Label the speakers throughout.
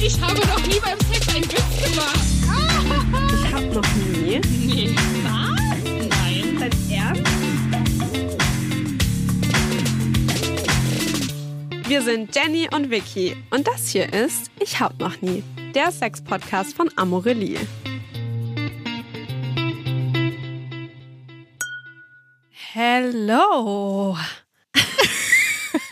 Speaker 1: Ich habe noch nie beim Sex einen Witz gemacht.
Speaker 2: Ich hab noch nie.
Speaker 1: Nee. Was? Nein.
Speaker 2: Dein Ernst? Wir sind Jenny und Vicky und das hier ist Ich hab noch nie, der Sex-Podcast von Amorelie. Hello.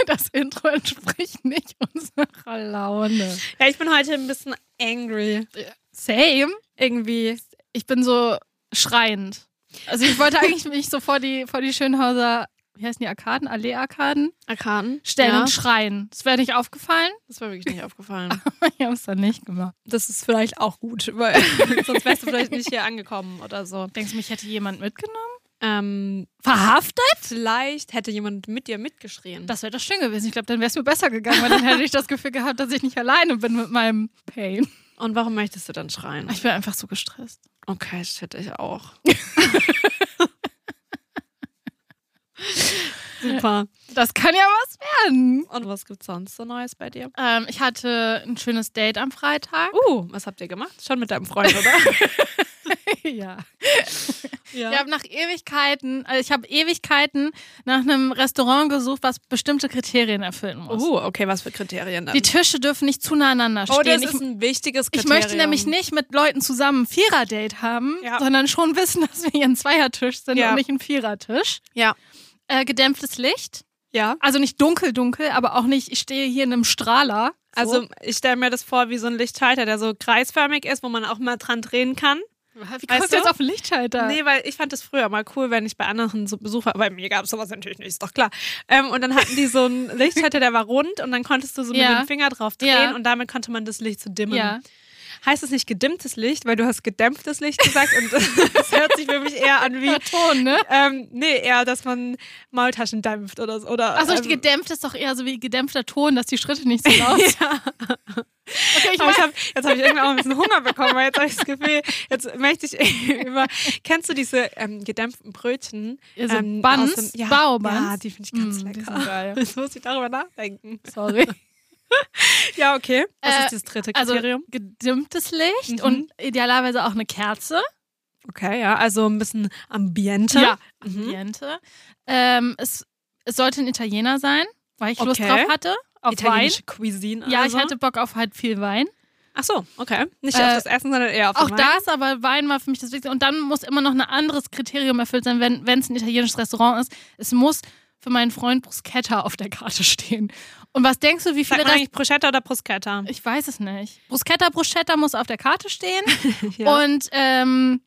Speaker 1: Das Intro entspricht nicht unserer Laune.
Speaker 2: Ja, ich bin heute ein bisschen angry.
Speaker 1: Same.
Speaker 2: Irgendwie.
Speaker 1: Ich bin so schreiend. Also ich wollte eigentlich mich so vor die, vor die Schönhauser, wie heißen die Arkaden? Allee-Arkaden?
Speaker 2: Arkaden?
Speaker 1: Stellen
Speaker 2: Ja,
Speaker 1: und schreien. Das wäre nicht aufgefallen.
Speaker 2: das war wirklich nicht aufgefallen.
Speaker 1: Ich habe es dann nicht gemacht.
Speaker 2: Das ist vielleicht auch gut, weil sonst wärst du vielleicht nicht hier angekommen oder so.
Speaker 1: Denkst du, mich hätte jemand mitgenommen?
Speaker 2: Ähm,
Speaker 1: Verhaftet?
Speaker 2: vielleicht hätte jemand mit dir mitgeschrien.
Speaker 1: Das wäre doch schön gewesen. Ich glaube, dann wäre es mir besser gegangen, weil dann hätte ich das Gefühl gehabt, dass ich nicht alleine bin mit meinem Pain.
Speaker 2: Und warum möchtest du dann schreien?
Speaker 1: Ich bin einfach so gestresst.
Speaker 2: Okay, shit, ich auch. Super.
Speaker 1: Das kann ja was werden.
Speaker 2: Und was gibt's sonst so Neues bei dir?
Speaker 1: Ähm, ich hatte ein schönes Date am Freitag.
Speaker 2: Uh, was habt ihr gemacht? Schon mit deinem Freund, oder?
Speaker 1: Oh, ja. Ich habe nach Ewigkeiten, also ich habe Ewigkeiten nach einem Restaurant gesucht, was bestimmte Kriterien erfüllen muss.
Speaker 2: Uh, okay, was für Kriterien dann?
Speaker 1: Die Tische dürfen nicht zu nahe aneinander stehen.
Speaker 2: oh, das
Speaker 1: ich,
Speaker 2: ist ein wichtiges
Speaker 1: ich
Speaker 2: Kriterium.
Speaker 1: möchte nämlich nicht mit Leuten zusammen ein Vierer-Date haben,
Speaker 2: Ja.
Speaker 1: sondern schon wissen, dass wir hier ein Zweiertisch sind
Speaker 2: Ja.
Speaker 1: und nicht ein Vierertisch.
Speaker 2: Ja.
Speaker 1: Äh, gedämpftes Licht.
Speaker 2: Ja.
Speaker 1: Also nicht dunkel, dunkel, aber auch nicht, ich stehe hier in einem Strahler. So.
Speaker 2: Also ich stelle mir das vor wie so ein Lichtschalter, der so kreisförmig ist, wo man auch mal dran drehen kann.
Speaker 1: wie
Speaker 2: weißt
Speaker 1: kommst
Speaker 2: du?
Speaker 1: du jetzt auf den Lichtschalter?
Speaker 2: Nee, weil ich fand das früher mal cool, wenn ich bei anderen so Besuch war. Bei mir gab es sowas natürlich nicht, ist doch klar. Ähm, und dann hatten die so einen Lichtschalter, der war rund und dann konntest du so
Speaker 1: Ja.
Speaker 2: mit dem Finger drauf drehen
Speaker 1: Ja.
Speaker 2: und damit konnte man das Licht so dimmen.
Speaker 1: Ja.
Speaker 2: Heißt es nicht gedimmtes Licht, weil du hast gedämpftes Licht gesagt und das hört sich für mich eher an wie.
Speaker 1: Der Ton, ne?
Speaker 2: Ähm, nee, eher, dass man Maultaschen dämpft oder so. Oder,
Speaker 1: Achso,
Speaker 2: ähm,
Speaker 1: Also ich gedämpft ist doch eher so wie gedämpfter Ton, dass die Schritte nicht so laut sind. Okay, ich
Speaker 2: Aber ich
Speaker 1: weiß.
Speaker 2: hab, jetzt habe ich irgendwie auch ein bisschen Hunger bekommen, weil jetzt habe ich das Gefühl, jetzt möchte ich über. Kennst du diese ähm, gedämpften Brötchen?
Speaker 1: Ja, so
Speaker 2: ähm,
Speaker 1: Buns,
Speaker 2: aus dem- ja,
Speaker 1: Baubuns.
Speaker 2: Ja, die finde ich ganz
Speaker 1: Mm, die
Speaker 2: lecker.
Speaker 1: sind geil.
Speaker 2: Jetzt muss ich darüber nachdenken.
Speaker 1: Sorry.
Speaker 2: Ja, okay. Was
Speaker 1: Äh,
Speaker 2: ist das dritte
Speaker 1: Also
Speaker 2: Kriterium?
Speaker 1: gedimmtes Licht
Speaker 2: Mhm.
Speaker 1: und idealerweise auch eine Kerze.
Speaker 2: okay, ja, also ein bisschen Ambiente.
Speaker 1: Ja.
Speaker 2: Mhm.
Speaker 1: Ambiente. Ähm, es, es sollte ein Italiener sein, weil ich Lust
Speaker 2: Okay.
Speaker 1: drauf hatte. Auf
Speaker 2: Italienische Cuisine.
Speaker 1: Wein. Ja,
Speaker 2: also.
Speaker 1: ich hatte Bock auf halt viel Wein.
Speaker 2: Ach so, okay. Nicht
Speaker 1: Äh,
Speaker 2: auf das Essen, sondern eher auf
Speaker 1: Auch
Speaker 2: den Wein.
Speaker 1: das, aber Wein war für mich das Wichtigste. Und dann muss immer noch ein anderes Kriterium erfüllt sein, wenn wenn es ein italienisches Restaurant ist. Es muss für meinen Freund Bruschetta auf der Karte stehen. Und was denkst du, wie
Speaker 2: Sagt
Speaker 1: viele
Speaker 2: man
Speaker 1: Rest
Speaker 2: eigentlich Bruschetta oder Bruschetta?
Speaker 1: Ich weiß es nicht. Bruschetta, Bruschetta muss auf der Karte stehen.
Speaker 2: Ja.
Speaker 1: Und ähm,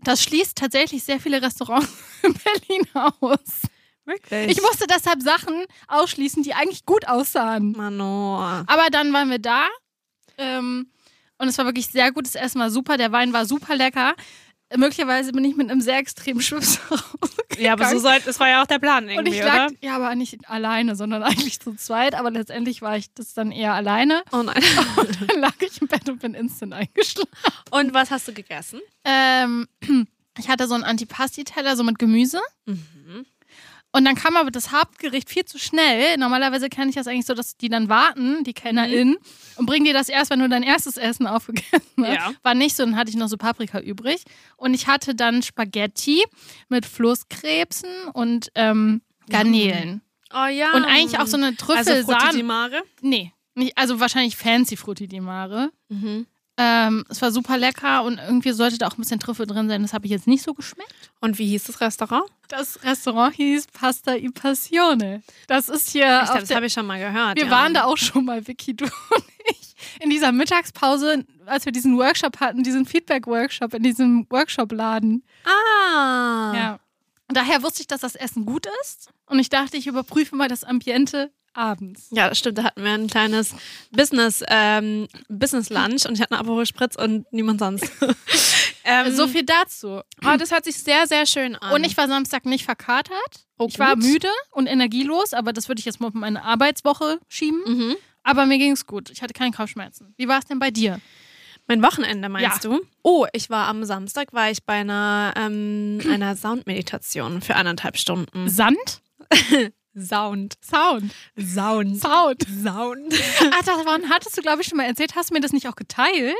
Speaker 1: das schließt tatsächlich sehr viele Restaurants in Berlin aus.
Speaker 2: Wirklich?
Speaker 1: Ich musste deshalb Sachen ausschließen, die eigentlich gut aussahen.
Speaker 2: Mano.
Speaker 1: Aber dann waren wir da. Ähm, und es war wirklich sehr gutes Essen, war super. Der Wein war super lecker. Möglicherweise bin ich mit einem sehr extremen Schwips rausgegangen.
Speaker 2: Ja, aber so sollte, das war ja auch der Plan
Speaker 1: Und
Speaker 2: irgendwie,
Speaker 1: ich
Speaker 2: oder?
Speaker 1: lag, ja, aber nicht alleine, sondern eigentlich zu zweit. Aber letztendlich war ich das dann eher alleine.
Speaker 2: Oh nein.
Speaker 1: Und dann lag ich im Bett und bin instant eingeschlafen.
Speaker 2: Und was hast du gegessen?
Speaker 1: Ähm, ich hatte so einen Antipasti-Teller, so mit Gemüse. Und dann kam aber das Hauptgericht viel zu schnell. Normalerweise kenne ich das eigentlich so, dass die dann warten, die
Speaker 2: Mhm.
Speaker 1: KellnerInnen, und bringen dir das erst, wenn du dein erstes Essen aufgegessen hast.
Speaker 2: Ja.
Speaker 1: War nicht so, dann hatte ich noch so Paprika übrig. Und ich hatte dann Spaghetti mit Flusskrebsen und ähm, Garnelen.
Speaker 2: Oh ja.
Speaker 1: Und eigentlich auch so eine
Speaker 2: also
Speaker 1: Trüffelsahne.
Speaker 2: Frutti di Mare.
Speaker 1: nee, nicht, also wahrscheinlich fancy Frutti di Mare.
Speaker 2: Mhm.
Speaker 1: Ähm, es war super lecker und irgendwie sollte da auch ein bisschen Trüffel drin sein. Das habe ich jetzt nicht so geschmeckt.
Speaker 2: Und wie hieß das Restaurant?
Speaker 1: Das Restaurant hieß Pasta i Passione. Das ist hier.
Speaker 2: Ich glaub,
Speaker 1: auf
Speaker 2: das
Speaker 1: der,
Speaker 2: habe ich schon mal gehört.
Speaker 1: wir
Speaker 2: ja.
Speaker 1: waren da auch schon mal, Vicky, du und ich, in dieser Mittagspause, als wir diesen Workshop hatten, diesen Feedback-Workshop in diesem Workshop-Laden.
Speaker 2: Ah.
Speaker 1: Ja. Und daher wusste ich, dass das Essen gut ist. Und ich dachte, ich überprüfe mal das Ambiente abends.
Speaker 2: Ja, das stimmt. Da hatten wir ein kleines Business, ähm, Business Lunch und ich hatte einen Aperol Spritz und niemand sonst. ähm,
Speaker 1: so viel dazu.
Speaker 2: oh, das hört sich sehr, sehr schön an.
Speaker 1: Und ich war Samstag nicht verkatert.
Speaker 2: Oh,
Speaker 1: ich war
Speaker 2: gut.
Speaker 1: müde und energielos, aber das würde ich jetzt mal auf meine Arbeitswoche schieben.
Speaker 2: Mhm.
Speaker 1: Aber mir ging es gut. Ich hatte keine Kopfschmerzen. Wie war es denn bei dir?
Speaker 2: Mein Wochenende meinst du? Oh, ich war am Samstag war ich bei einer, ähm, einer Soundmeditation für anderthalb Stunden.
Speaker 1: Sand?
Speaker 2: Sound.
Speaker 1: Sound.
Speaker 2: Sound.
Speaker 1: Sound.
Speaker 2: Sound.
Speaker 1: Ach, davon hattest du, glaube ich, schon mal erzählt. Hast du mir das nicht auch geteilt?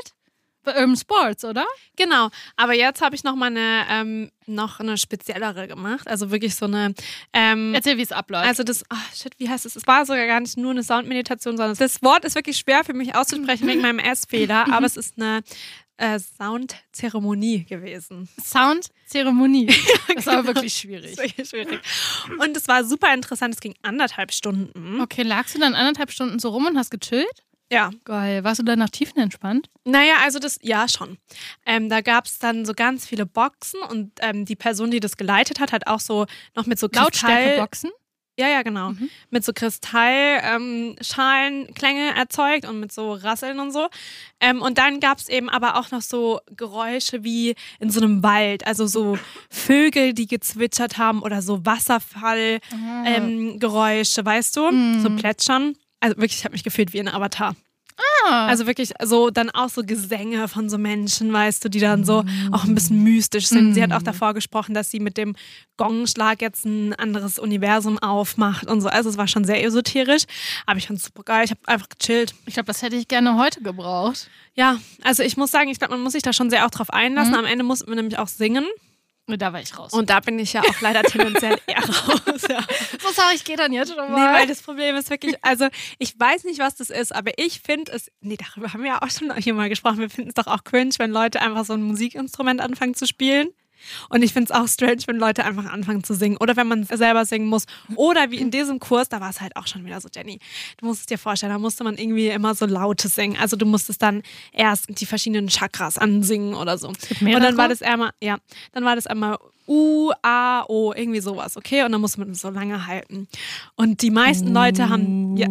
Speaker 1: Bei Urban Sports, oder?
Speaker 2: Genau, aber jetzt habe ich noch mal eine, ähm, noch eine speziellere gemacht. Also wirklich so eine. Ähm,
Speaker 1: Erzähl, wie es abläuft.
Speaker 2: also das, ah, shit, wie heißt es? Es war sogar gar nicht nur eine Soundmeditation, sondern das Wort ist wirklich schwer für mich auszusprechen wegen meinem S-Fehler, aber es ist eine äh, Soundzeremonie gewesen.
Speaker 1: Soundzeremonie. Das war wirklich schwierig.
Speaker 2: Das ist wirklich schwierig. Und es war super interessant, es ging anderthalb Stunden.
Speaker 1: Okay, lagst du dann anderthalb Stunden so rum und hast gechillt?
Speaker 2: Ja.
Speaker 1: Geil. Warst du danach tiefenentspannt?
Speaker 2: Naja, also das, ja, schon. Ähm, da gab es dann so ganz viele Boxen und ähm, die Person, die das geleitet hat, hat auch so noch mit so Kristall...
Speaker 1: Lautstärkeboxen?
Speaker 2: Ja, ja, genau.
Speaker 1: Mhm.
Speaker 2: Mit so Kristallschalen ähm, Schalen Klänge erzeugt und mit so Rasseln und so. Ähm, und dann gab es eben aber auch noch so Geräusche wie in so einem Wald, also so Vögel, die gezwitschert haben oder so Wasserfallgeräusche, ähm, Geräusche, weißt du?
Speaker 1: Ah. Mhm.
Speaker 2: So Plätschern. Also wirklich, ich habe mich gefühlt wie ein Avatar.
Speaker 1: Ah.
Speaker 2: Also wirklich, so dann auch so Gesänge von so Menschen, weißt du, die dann so auch ein bisschen mystisch sind. Sie hat auch davor gesprochen, dass sie mit dem Gongschlag jetzt ein anderes Universum aufmacht und so. Also es war schon sehr esoterisch, aber ich fand's super geil. Ich habe einfach gechillt.
Speaker 1: ich glaube, das hätte ich gerne heute gebraucht.
Speaker 2: Ja, also ich muss sagen, ich glaube, man muss sich da schon sehr auch drauf einlassen. Am Ende mussten wir nämlich auch singen
Speaker 1: Da war ich raus.
Speaker 2: und da bin ich ja auch leider tendenziell eher raus. Ja.
Speaker 1: was sag ich, geht dann jetzt schon
Speaker 2: Nee, weil das Problem ist wirklich, also ich weiß nicht, was das ist, aber ich finde es, nee, darüber haben wir ja auch schon hier mal gesprochen, wir finden es doch auch cringe, wenn Leute einfach so ein Musikinstrument anfangen zu spielen. Und ich finde es auch strange, wenn Leute einfach anfangen zu singen oder wenn man selber singen muss. Oder wie in diesem Kurs, da war es halt auch schon wieder so, Jenny, du musst es dir vorstellen, da musste man irgendwie immer so laute singen. Also du musstest dann erst die verschiedenen Chakras ansingen oder so.
Speaker 1: mehrere?
Speaker 2: Und dann war das einmal, ja, dann war das einmal U, A, O, irgendwie sowas, okay? Und dann musste man das so lange halten. Und die meisten Leute haben, ja,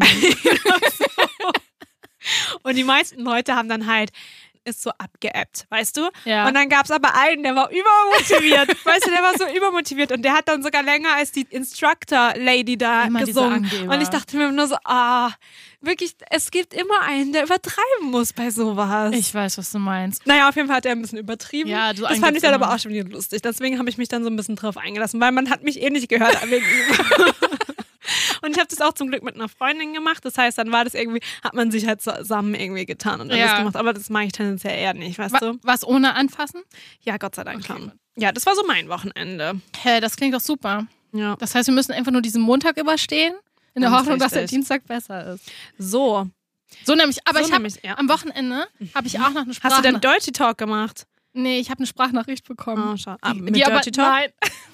Speaker 2: und die meisten Leute haben dann halt ist so abgeäppt, weißt du?
Speaker 1: Ja.
Speaker 2: Und dann gab es aber einen, der war übermotiviert. weißt du, der war so übermotiviert und der hat dann sogar länger als die Instructor-Lady da
Speaker 1: Immer diese
Speaker 2: gesungen.
Speaker 1: Angeber.
Speaker 2: Und ich dachte mir nur so, ah, wirklich, es gibt immer einen, der übertreiben muss bei sowas.
Speaker 1: Ich weiß, was du meinst.
Speaker 2: Naja, auf jeden Fall hat er ein bisschen übertrieben.
Speaker 1: Ja, so
Speaker 2: das fand ich dann
Speaker 1: eingezogen.
Speaker 2: aber auch schon wieder lustig. Deswegen habe ich mich dann so ein bisschen drauf eingelassen, weil man hat mich eh nicht gehört wegen ihm. Und ich habe das auch zum Glück mit einer Freundin gemacht. Das heißt, dann war das irgendwie, hat man sich halt zusammen irgendwie getan und alles
Speaker 1: Ja.
Speaker 2: gemacht. Aber das mag ich tendenziell eher nicht, weißt
Speaker 1: Wa
Speaker 2: du?
Speaker 1: was ohne anfassen?
Speaker 2: Ja, Gott sei Dank
Speaker 1: Okay,
Speaker 2: schon.
Speaker 1: gut.
Speaker 2: Ja, das war so mein Wochenende.
Speaker 1: Hä, das klingt doch super.
Speaker 2: Ja.
Speaker 1: Das heißt, wir müssen einfach nur diesen Montag überstehen, in der
Speaker 2: Ganz
Speaker 1: Hoffnung, dass der
Speaker 2: richtig.
Speaker 1: Dienstag besser ist.
Speaker 2: So.
Speaker 1: So nämlich, aber
Speaker 2: So
Speaker 1: ich habe
Speaker 2: nämlich, ja.
Speaker 1: am Wochenende habe ich auch noch eine
Speaker 2: Hast du denn
Speaker 1: Sprachnachricht.
Speaker 2: Dirty Talk gemacht?
Speaker 1: Nee, ich habe eine Sprachnachricht bekommen.
Speaker 2: Oh, schade. Ah,
Speaker 1: Ähm, Die-
Speaker 2: mit
Speaker 1: die
Speaker 2: Dirty Talk?
Speaker 1: Nein,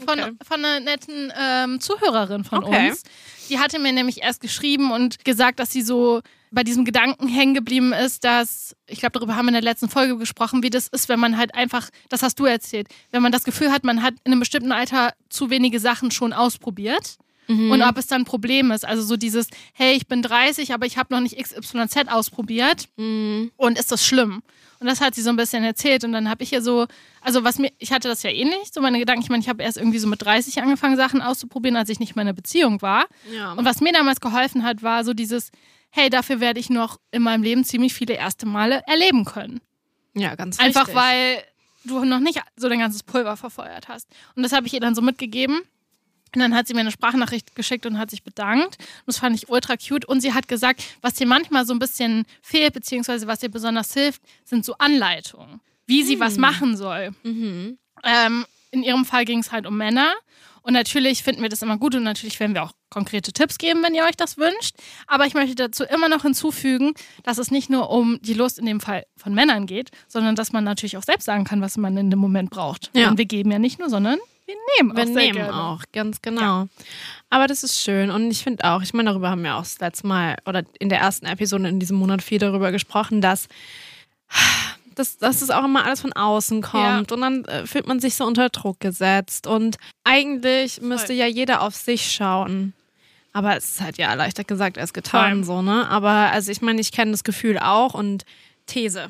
Speaker 1: von,
Speaker 2: Okay.
Speaker 1: von einer netten ähm, Zuhörerin von
Speaker 2: Okay.
Speaker 1: uns. Die hatte mir nämlich erst geschrieben und gesagt, dass sie so bei diesem Gedanken hängen geblieben ist, dass, ich glaube, darüber haben wir in der letzten Folge gesprochen, wie das ist, wenn man halt einfach, das hast du erzählt, wenn man das Gefühl hat, man hat in einem bestimmten Alter zu wenige Sachen schon ausprobiert.
Speaker 2: Mhm.
Speaker 1: Und ob es dann ein Problem ist. Also so dieses, hey, ich bin 30, aber ich habe noch nicht XYZ ausprobiert.
Speaker 2: Mhm.
Speaker 1: Und ist das schlimm? Und das hat sie so ein bisschen erzählt. Und dann habe ich ihr so, also was mir, ich hatte das ja ähnlich, so meine Gedanken, ich meine, ich habe erst irgendwie so mit 30 angefangen, Sachen auszuprobieren, als ich nicht mehr in einer Beziehung war.
Speaker 2: Ja.
Speaker 1: Und was mir damals geholfen hat, war so dieses, hey, dafür werde ich noch in meinem Leben ziemlich viele erste Male erleben können.
Speaker 2: ja, ganz
Speaker 1: Einfach
Speaker 2: richtig.
Speaker 1: weil du noch nicht so dein ganzes Pulver verfeuert hast. Und das habe ich ihr dann so mitgegeben. Und dann hat sie mir eine Sprachnachricht geschickt und hat sich bedankt. Und das fand ich ultra cute. Und sie hat gesagt, was dir manchmal so ein bisschen fehlt, beziehungsweise was dir besonders hilft, sind so Anleitungen, wie sie was machen soll. Ähm, in ihrem Fall ging es halt um Männer. Und natürlich finden wir das immer gut und natürlich werden wir auch konkrete Tipps geben, wenn ihr euch das wünscht. Aber ich möchte dazu immer noch hinzufügen, dass es nicht nur um die Lust in dem Fall von Männern geht, sondern dass man natürlich auch selbst sagen kann, was man in dem Moment braucht.
Speaker 2: Ja.
Speaker 1: Und wir geben ja nicht nur, sondern wir nehmen
Speaker 2: Wir
Speaker 1: auch sehr
Speaker 2: nehmen
Speaker 1: gerne.
Speaker 2: auch, ganz genau. Aber das ist schön und ich finde auch, ich meine, darüber haben wir auch das letzte Mal oder in der ersten Episode in diesem Monat viel darüber gesprochen, dass, dass, dass es auch immer alles von außen kommt und dann äh, fühlt man sich so unter Druck gesetzt und eigentlich müsste ja jeder auf sich schauen. Aber es ist halt ja leichter gesagt als getan,
Speaker 1: Voll.
Speaker 2: so, ne? Aber also ich meine, ich kenne das Gefühl auch und These.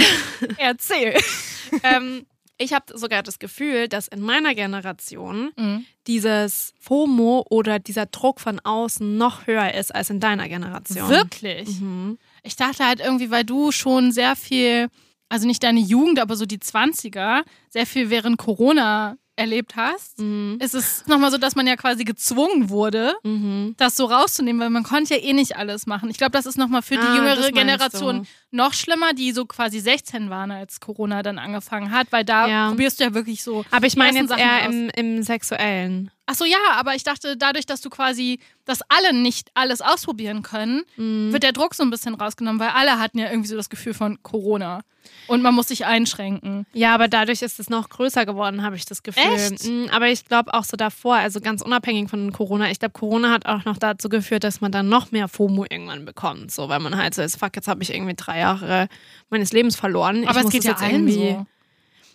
Speaker 1: Erzähl.
Speaker 2: ähm, ich habe sogar das Gefühl, dass in meiner Generation
Speaker 1: Mhm.
Speaker 2: dieses FOMO oder dieser Druck von außen noch höher ist als in deiner Generation.
Speaker 1: Wirklich?
Speaker 2: Mhm.
Speaker 1: Ich dachte halt irgendwie, weil du schon sehr viel, also nicht deine Jugend, aber so die 20er, sehr viel während Corona erlebt hast,
Speaker 2: Mhm.
Speaker 1: ist es nochmal so, dass man ja quasi gezwungen wurde,
Speaker 2: Mhm.
Speaker 1: das so rauszunehmen, weil man konnte ja eh nicht alles machen. Ich glaube, das ist nochmal für die
Speaker 2: Ah, das
Speaker 1: jüngere
Speaker 2: meinst
Speaker 1: Generation noch schlimmer, die so quasi 16 waren, als Corona dann angefangen hat, weil da
Speaker 2: Ja.
Speaker 1: probierst du ja wirklich so.
Speaker 2: Aber ich meine
Speaker 1: Ersten
Speaker 2: jetzt
Speaker 1: Sachen
Speaker 2: eher
Speaker 1: aus.
Speaker 2: im, im Sexuellen.
Speaker 1: Ach so, ja, aber ich dachte, dadurch, dass du quasi, dass alle nicht alles ausprobieren können,
Speaker 2: Mhm.
Speaker 1: wird der Druck so ein bisschen rausgenommen, weil alle hatten ja irgendwie so das Gefühl von Corona. Und man muss sich einschränken.
Speaker 2: Ja, aber dadurch ist es noch größer geworden, habe ich das Gefühl.
Speaker 1: Echt?
Speaker 2: Mm, Aber ich glaube auch so davor, also ganz unabhängig von Corona, ich glaube, Corona hat auch noch dazu geführt, dass man dann noch mehr FOMO irgendwann bekommt. So, weil man halt so ist, fuck, jetzt habe ich irgendwie drei Jahre meines Lebens verloren.
Speaker 1: Aber
Speaker 2: ich
Speaker 1: es
Speaker 2: muss
Speaker 1: geht
Speaker 2: das
Speaker 1: ja
Speaker 2: jetzt
Speaker 1: allen
Speaker 2: irgendwie-
Speaker 1: so.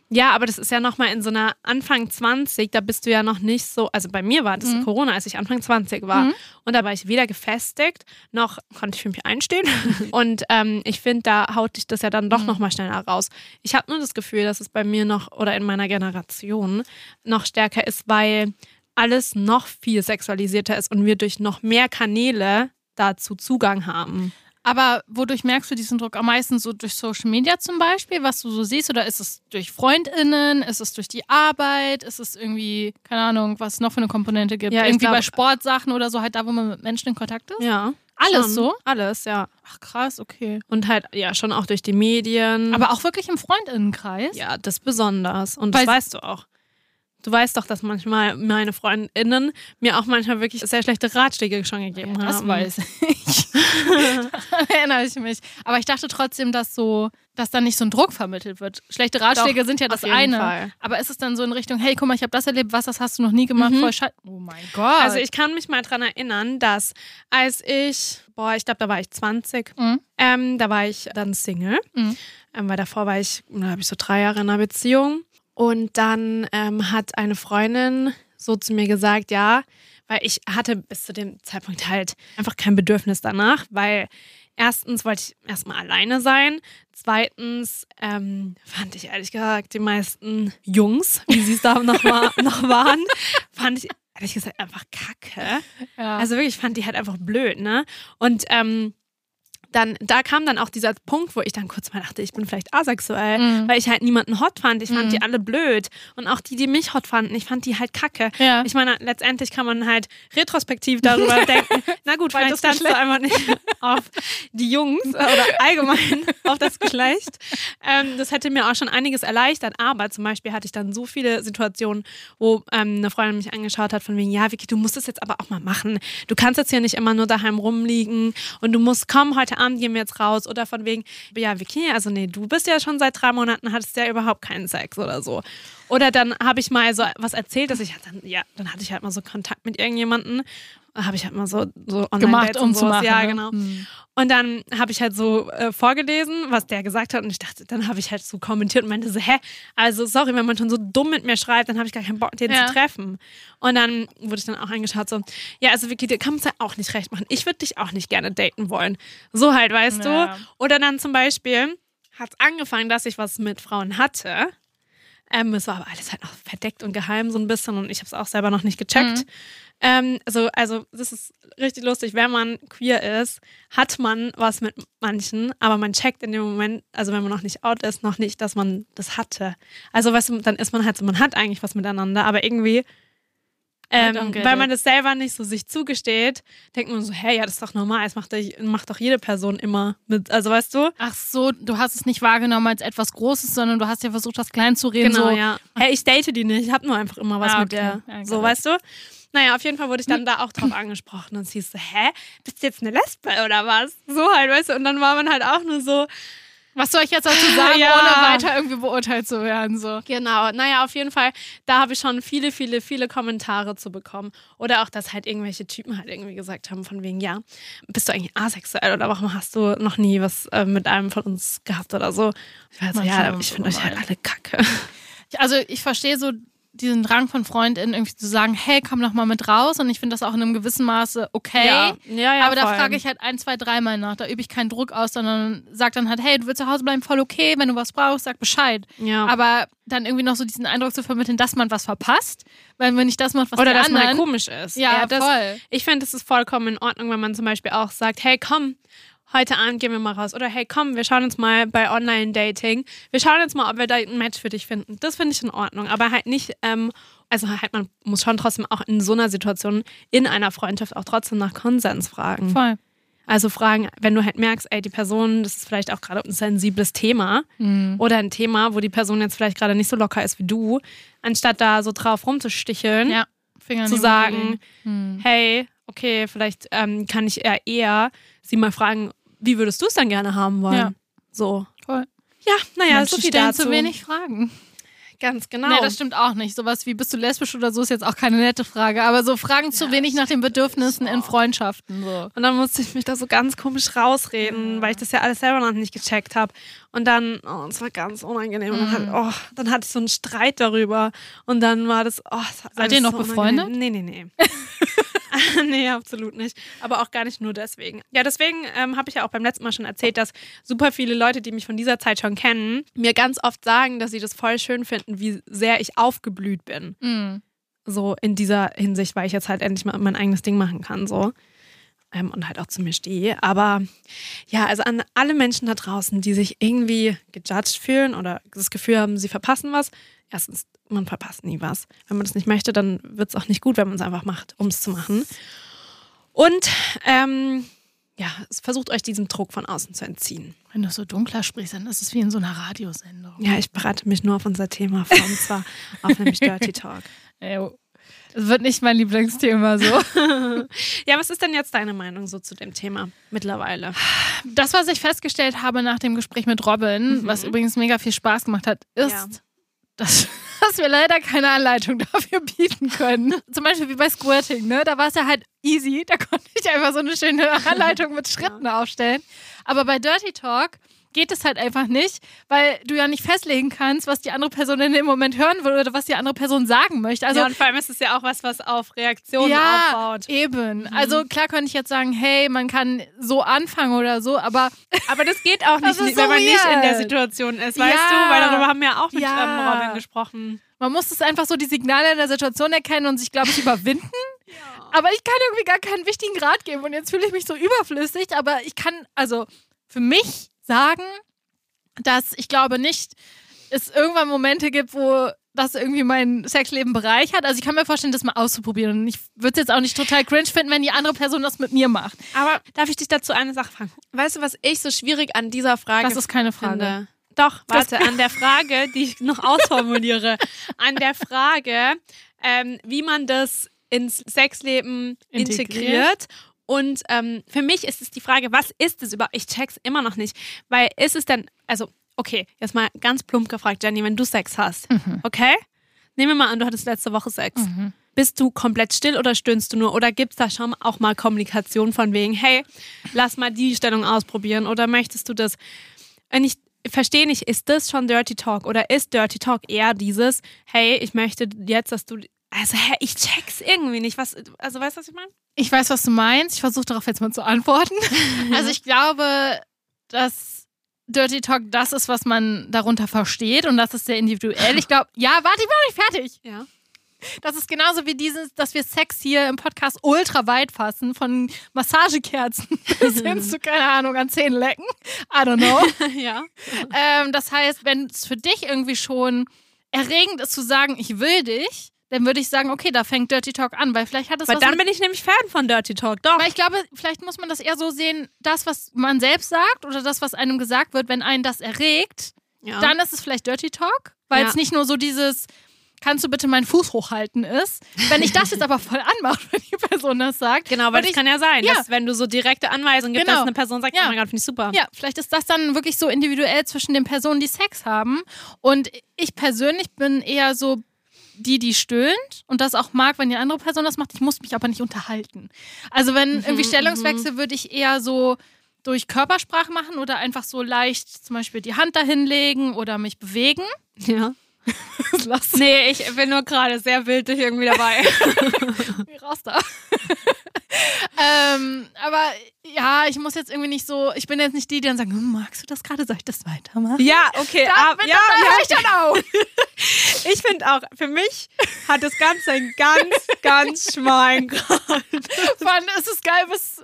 Speaker 2: Ja, aber das ist ja nochmal in so einer Anfang 20, da bist du ja noch nicht so, also bei mir war das
Speaker 1: Mhm.
Speaker 2: Corona, als ich Anfang 20 war. Und da war ich weder gefestigt, noch konnte ich für mich einstehen. Und ähm, ich finde, da haut dich das ja dann doch
Speaker 1: Mhm.
Speaker 2: nochmal schneller raus. Ich habe nur das Gefühl, dass es bei mir noch oder in meiner Generation noch stärker ist, weil alles noch viel sexualisierter ist und wir durch noch mehr Kanäle dazu Zugang haben.
Speaker 1: Aber wodurch merkst du diesen Druck am meisten? So durch Social Media zum Beispiel, was du so siehst? Oder ist es durch FreundInnen? Ist es durch die Arbeit? Ist es irgendwie, keine Ahnung, was es noch für eine Komponente gibt?
Speaker 2: Ja, ich
Speaker 1: irgendwie
Speaker 2: glaub-
Speaker 1: bei Sportsachen oder so, halt da, wo man mit Menschen in Kontakt ist?
Speaker 2: Ja.
Speaker 1: Alles
Speaker 2: schon.
Speaker 1: so?
Speaker 2: Alles, ja.
Speaker 1: Ach krass, okay.
Speaker 2: Und halt, ja, schon auch durch die Medien.
Speaker 1: Aber auch wirklich im FreundInnenkreis?
Speaker 2: Ja, das besonders. Und
Speaker 1: Weil-
Speaker 2: das weißt du auch. Du weißt doch, dass manchmal meine FreundInnen mir auch manchmal wirklich sehr schlechte Ratschläge schon gegeben haben.
Speaker 1: Das weiß ich. Daran erinnere ich mich. Aber ich dachte trotzdem, dass so, dass dann nicht so ein Druck vermittelt wird. Schlechte Ratschläge
Speaker 2: Doch,
Speaker 1: sind ja
Speaker 2: auf
Speaker 1: das
Speaker 2: jeden
Speaker 1: eine.
Speaker 2: Fall.
Speaker 1: Aber ist es dann so in Richtung, hey, guck mal, ich habe das erlebt, was, das hast du noch nie gemacht, voll scheiße. Oh mein Gott.
Speaker 2: Mhm. Also ich kann mich mal dran erinnern, dass als ich, boah, ich glaube, da war ich 20,
Speaker 1: Mhm.
Speaker 2: ähm, da war ich dann Single,
Speaker 1: Mhm.
Speaker 2: ähm, weil davor war ich, da habe ich so drei Jahre in einer Beziehung und dann ähm, hat eine Freundin so zu mir gesagt, ja, weil ich hatte bis zu dem Zeitpunkt halt einfach kein Bedürfnis danach, weil erstens wollte ich erstmal alleine sein, zweitens ähm, fand ich ehrlich gesagt die meisten Jungs, wie sie es da noch, war, noch waren, fand ich ehrlich gesagt einfach kacke.
Speaker 1: ja.
Speaker 2: Also wirklich, ich fand die halt einfach blöd, ne? Und ähm, dann, da kam dann auch dieser Punkt, wo ich dann kurz mal dachte, ich bin vielleicht asexuell,
Speaker 1: Mhm.
Speaker 2: weil ich halt niemanden hot fand. Ich fand
Speaker 1: Mhm.
Speaker 2: die alle blöd. Und auch die, die mich hot fanden, ich fand die halt kacke.
Speaker 1: Ja.
Speaker 2: Ich meine, letztendlich kann man halt retrospektiv darüber denken, na gut, vielleicht
Speaker 1: Beides
Speaker 2: standst du einfach nicht auf die Jungs oder allgemein auf das Geschlecht. Ähm, das hätte mir auch schon einiges erleichtert, aber zum Beispiel hatte ich dann so viele Situationen, wo ähm, eine Freundin mich angeschaut hat von wegen, ja Vicky, du musst das jetzt aber auch mal machen. Du kannst jetzt hier nicht immer nur daheim rumliegen und du musst, komm, heute Abend gehen wir jetzt raus oder von wegen, ja Vicky, also nee, du bist ja schon seit drei Monaten, hattest ja überhaupt keinen Sex oder so. Oder dann habe ich mal so was erzählt, dass ich halt dann, ja, dann hatte ich halt mal so Kontakt mit irgendjemandem, habe ich halt mal so, so online
Speaker 1: gemacht, um zu machen.
Speaker 2: Ja,
Speaker 1: ne?
Speaker 2: genau.
Speaker 1: Mhm.
Speaker 2: Und dann habe ich halt so äh, vorgelesen, was der gesagt hat. Und ich dachte, dann habe ich halt so kommentiert und meinte so, hä? Also, sorry, wenn man schon so dumm mit mir schreibt, dann habe ich gar keinen Bock, den
Speaker 1: Ja.
Speaker 2: zu treffen. Und dann wurde ich dann auch angeschaut, so, ja, also Vicky, dir kann man es ja auch nicht recht machen. Ich würde dich auch nicht gerne daten wollen. So halt, weißt
Speaker 1: Ja.
Speaker 2: du? Oder dann zum Beispiel hat es angefangen, dass ich was mit Frauen hatte. Ähm, es war aber alles halt noch verdeckt und geheim so ein bisschen und ich habe es auch selber noch nicht
Speaker 1: Mhm.
Speaker 2: gecheckt. Ähm, also, also, das ist richtig lustig. Wenn man queer ist, hat man was mit manchen, aber man checkt in dem Moment, also wenn man noch nicht out ist, noch nicht, dass man das hatte. Also, weißt du, dann ist man halt so, man hat eigentlich was miteinander, aber irgendwie, ähm,
Speaker 1: don't get
Speaker 2: weil man
Speaker 1: it.
Speaker 2: das selber nicht so sich zugesteht, denkt man so, hey, ja, das ist doch normal, das macht, doch- macht doch jede Person immer mit. Also, weißt du?
Speaker 1: Ach so, du hast es nicht wahrgenommen als etwas Großes, sondern du hast ja versucht, das klein zu reden.
Speaker 2: Genau,
Speaker 1: so.
Speaker 2: ja. Hey, ich date die nicht, ich hab nur einfach immer was
Speaker 1: Ah,
Speaker 2: mit
Speaker 1: okay.
Speaker 2: der.
Speaker 1: Ja,
Speaker 2: so,
Speaker 1: genau. Hm.
Speaker 2: weißt du? Naja, auf jeden Fall wurde ich dann da auch drauf angesprochen. Und sie so, hä, bist du jetzt eine Lesbe oder was? So halt, weißt du? Und dann war man halt auch nur so,
Speaker 1: Was soll ich jetzt dazu sagen,
Speaker 2: Ja.
Speaker 1: ohne weiter irgendwie beurteilt zu werden? So.
Speaker 2: Genau, naja, auf jeden Fall, da habe ich schon viele, viele, viele Kommentare zu bekommen. Oder auch, dass halt irgendwelche Typen halt irgendwie gesagt haben, von wegen, ja, bist du eigentlich asexuell oder warum hast du noch nie was äh, mit einem von uns gehabt oder so? Ich war so,
Speaker 1: Manche
Speaker 2: ja,
Speaker 1: haben
Speaker 2: ich
Speaker 1: so
Speaker 2: finde euch halt
Speaker 1: gemein.
Speaker 2: alle kacke.
Speaker 1: Ich- Also ich verstehe so diesen Drang von Freundinnen irgendwie zu sagen, hey, komm doch mal mit raus. Und ich finde das auch in einem gewissen Maße okay.
Speaker 2: ja, Ah ja.
Speaker 1: Aber da frage ich halt ein, zwei, dreimal nach. Da übe ich keinen Druck aus, sondern sag dann halt, hey, du willst zu Hause bleiben, voll okay. Wenn du was brauchst, sag Bescheid.
Speaker 2: Ja.
Speaker 1: Aber dann irgendwie noch so diesen Eindruck zu vermitteln, dass man was verpasst, weil man nicht das macht, was
Speaker 2: Oder
Speaker 1: die
Speaker 2: dass man
Speaker 1: anderen.
Speaker 2: halt komisch ist.
Speaker 1: Ja,
Speaker 2: das,
Speaker 1: voll.
Speaker 2: Ich finde, es ist vollkommen in Ordnung, wenn man zum Beispiel auch sagt, hey, komm, heute Abend gehen wir mal raus. Oder hey, komm, wir schauen uns mal bei Online-Dating. Wir schauen jetzt mal, ob wir da ein Match für dich finden. Das finde ich in Ordnung. Aber halt nicht ähm, also halt, man muss schon trotzdem auch in so einer Situation, in einer Freundschaft auch trotzdem nach Konsens fragen.
Speaker 1: Voll.
Speaker 2: Also fragen, wenn du halt merkst, ey, die Person, das ist vielleicht auch gerade ein sensibles Thema
Speaker 1: Mhm.
Speaker 2: oder ein Thema, wo die Person jetzt vielleicht gerade nicht so locker ist wie du, anstatt da so drauf rumzusticheln,
Speaker 1: Ja. Finger in
Speaker 2: Mhm. zu
Speaker 1: die Wunde
Speaker 2: sagen,
Speaker 1: legen. Hm.
Speaker 2: hey, okay, vielleicht ähm, kann ich eher eher sie mal fragen, wie würdest du es dann gerne haben wollen?
Speaker 1: Ja.
Speaker 2: So.
Speaker 1: Voll.
Speaker 2: Ja, naja,
Speaker 1: Menschen
Speaker 2: so viel
Speaker 1: stellen
Speaker 2: dazu.
Speaker 1: zu wenig Fragen.
Speaker 2: Ganz genau.
Speaker 1: Nee, das stimmt auch nicht. Sowas wie bist du lesbisch oder so ist jetzt auch keine nette Frage. Aber so Fragen zu wenig nach den Bedürfnissen in Freundschaften. So.
Speaker 2: Und dann musste ich mich da so ganz komisch rausreden, weil ich das ja alles selber noch nicht gecheckt habe. Und dann, oh, es war ganz unangenehm. Und
Speaker 1: Mhm.
Speaker 2: dann, hat, oh, dann hatte ich so einen Streit darüber. Und dann war das, oh, es war
Speaker 1: Seid
Speaker 2: alles
Speaker 1: ihr noch
Speaker 2: so
Speaker 1: befreundet?
Speaker 2: Unangenehm. Nee, nee, nee. nee, absolut nicht. Aber auch gar nicht nur deswegen. Ja, deswegen ähm, habe ich ja auch beim letzten Mal schon erzählt, dass super viele Leute, die mich von dieser Zeit schon kennen, mir ganz oft sagen, dass sie das voll schön finden, wie sehr ich aufgeblüht bin
Speaker 1: Mhm.
Speaker 2: so in dieser Hinsicht, weil ich jetzt halt endlich mal mein eigenes Ding machen kann, so. Ähm, und halt auch zu mir stehe. Aber ja, also an alle Menschen da draußen, die sich irgendwie gejudged fühlen oder das Gefühl haben, sie verpassen was. Erstens, man verpasst nie was. Wenn man das nicht möchte, dann wird es auch nicht gut, wenn man es einfach macht, um es zu machen. Und ähm, ja, es versucht euch diesem Druck von außen zu entziehen.
Speaker 1: Wenn du so dunkler sprichst, dann ist es wie in so einer Radiosendung.
Speaker 2: Ja, ich bereite mich nur auf unser Thema vor, und zwar auf nämlich Dirty Talk.
Speaker 1: Ey, Es wird nicht mein Lieblingsthema so.
Speaker 2: Ja, was ist denn jetzt deine Meinung so zu dem Thema mittlerweile?
Speaker 1: Das, was ich festgestellt habe nach dem Gespräch mit Robin, was übrigens mega viel Spaß gemacht hat, ist,
Speaker 2: Ja.
Speaker 1: dass, dass wir leider keine Anleitung dafür bieten können. Zum Beispiel wie bei Squirting, ne? Da war es ja halt easy, da konnte ich einfach so eine schöne Anleitung mit Schritten aufstellen. Aber bei Dirty Talk geht es halt einfach nicht, weil du ja nicht festlegen kannst, was die andere Person in dem Moment hören will oder was die andere Person sagen möchte. Also
Speaker 2: ja, und vor allem ist es ja auch was, was auf Reaktionen
Speaker 1: ja,
Speaker 2: aufbaut.
Speaker 1: eben. Also klar könnte ich jetzt sagen, hey, man kann so anfangen oder so, aber
Speaker 2: Aber das geht auch nicht,
Speaker 1: Das ist
Speaker 2: wenn
Speaker 1: so
Speaker 2: man nicht in der
Speaker 1: weird.
Speaker 2: Situation ist,
Speaker 1: Ja.
Speaker 2: weißt du? Weil darüber haben wir auch mit
Speaker 1: Ja.
Speaker 2: ähm, Robin gesprochen.
Speaker 1: Man muss es einfach so die Signale in der Situation erkennen und sich, glaube ich, überwinden. Aber ich kann irgendwie gar keinen wichtigen Rat geben und jetzt fühle ich mich so überflüssig, aber ich kann also für mich sagen, dass ich glaube nicht, es irgendwann Momente gibt, wo das irgendwie mein Sexleben bereichert. Also ich kann mir vorstellen, das mal auszuprobieren und ich würde es jetzt auch nicht total cringe finden, wenn die andere Person das mit mir macht.
Speaker 2: Aber darf ich dich dazu eine Sache fragen? Weißt du, was ich so schwierig an dieser Frage
Speaker 1: Das ist keine Frage.
Speaker 2: finde? Doch, warte, an der Frage, die ich noch ausformuliere, an der Frage, ähm, wie man das ins Sexleben integriert.
Speaker 1: Integriert.
Speaker 2: Und ähm, für mich ist es die Frage, was ist es überhaupt? Ich check's immer noch nicht. Weil ist es denn, also, okay, jetzt mal ganz plump gefragt, Jenny, wenn du Sex hast, okay? Nehmen wir mal an, du hattest letzte Woche Sex. Bist du komplett still oder stöhnst du nur? Oder gibt es da schon auch mal Kommunikation von wegen, hey, lass mal die Stellung ausprobieren oder möchtest du das? Und ich verstehe nicht, ist das schon Dirty Talk oder ist Dirty Talk eher dieses, hey, ich möchte jetzt, dass du. Also, hä, ich check's irgendwie nicht. Was, also, weißt du, was ich meine?
Speaker 1: Ich weiß, was du meinst. Ich versuche darauf jetzt mal zu antworten. Also ich glaube, dass Dirty Talk das ist, was man darunter versteht und das ist sehr individuell. Ich glaube, ja, warte, ich bin noch nicht fertig.
Speaker 2: Ja.
Speaker 1: Das ist genauso wie dieses, dass wir Sex hier im Podcast ultra weit fassen, von Massagekerzen bis hin zu, keine Ahnung, an Zehen lecken. I don't know.
Speaker 2: ja.
Speaker 1: Ähm, das heißt, wenn es für dich irgendwie schon erregend ist zu sagen, ich will dich, dann würde ich sagen, okay, da fängt Dirty Talk an, weil vielleicht hat es
Speaker 2: Weil
Speaker 1: was
Speaker 2: dann
Speaker 1: mit
Speaker 2: bin ich nämlich Fan von Dirty Talk, doch.
Speaker 1: weil ich glaube, vielleicht muss man das eher so sehen, das, was man selbst sagt oder das, was einem gesagt wird, wenn einen das erregt,
Speaker 2: ja.
Speaker 1: dann ist es vielleicht Dirty Talk, weil
Speaker 2: Ja.
Speaker 1: es nicht nur so dieses, kannst du bitte meinen Fuß hochhalten ist. Wenn ich das jetzt aber voll anmache, wenn die Person das sagt.
Speaker 2: genau, weil
Speaker 1: würde
Speaker 2: das
Speaker 1: ich,
Speaker 2: kann ja sein,
Speaker 1: Ja.
Speaker 2: dass wenn du so direkte Anweisungen gibst,
Speaker 1: Genau.
Speaker 2: dass eine Person sagt,
Speaker 1: Ja.
Speaker 2: oh mein Gott, finde ich super.
Speaker 1: ja, vielleicht ist das dann wirklich so individuell zwischen den Personen, die Sex haben. Und ich persönlich bin eher so die, die stöhnt und das auch mag, wenn die andere Person das macht. Ich muss mich aber nicht unterhalten. Also wenn irgendwie Stellungswechsel, würde ich eher so durch Körpersprache machen oder einfach so leicht zum Beispiel die Hand dahin legen oder mich bewegen.
Speaker 2: ja.
Speaker 1: Lass
Speaker 2: Nee, ich bin nur gerade sehr bildlich irgendwie dabei.
Speaker 1: irgendwie raus da. ähm, aber ja, ich muss jetzt irgendwie nicht so, ich bin jetzt nicht die, die dann sagen, "Hm, magst du das gerade, soll ich das weitermachen?
Speaker 2: ja, okay.
Speaker 1: Da,
Speaker 2: ab-
Speaker 1: wenn, dann, dann hör ich dann auf.
Speaker 2: Ich finde auch, für mich hat das Ganze einen ganz, ganz schmalen Grad.
Speaker 1: Mann, es ist geil, bis.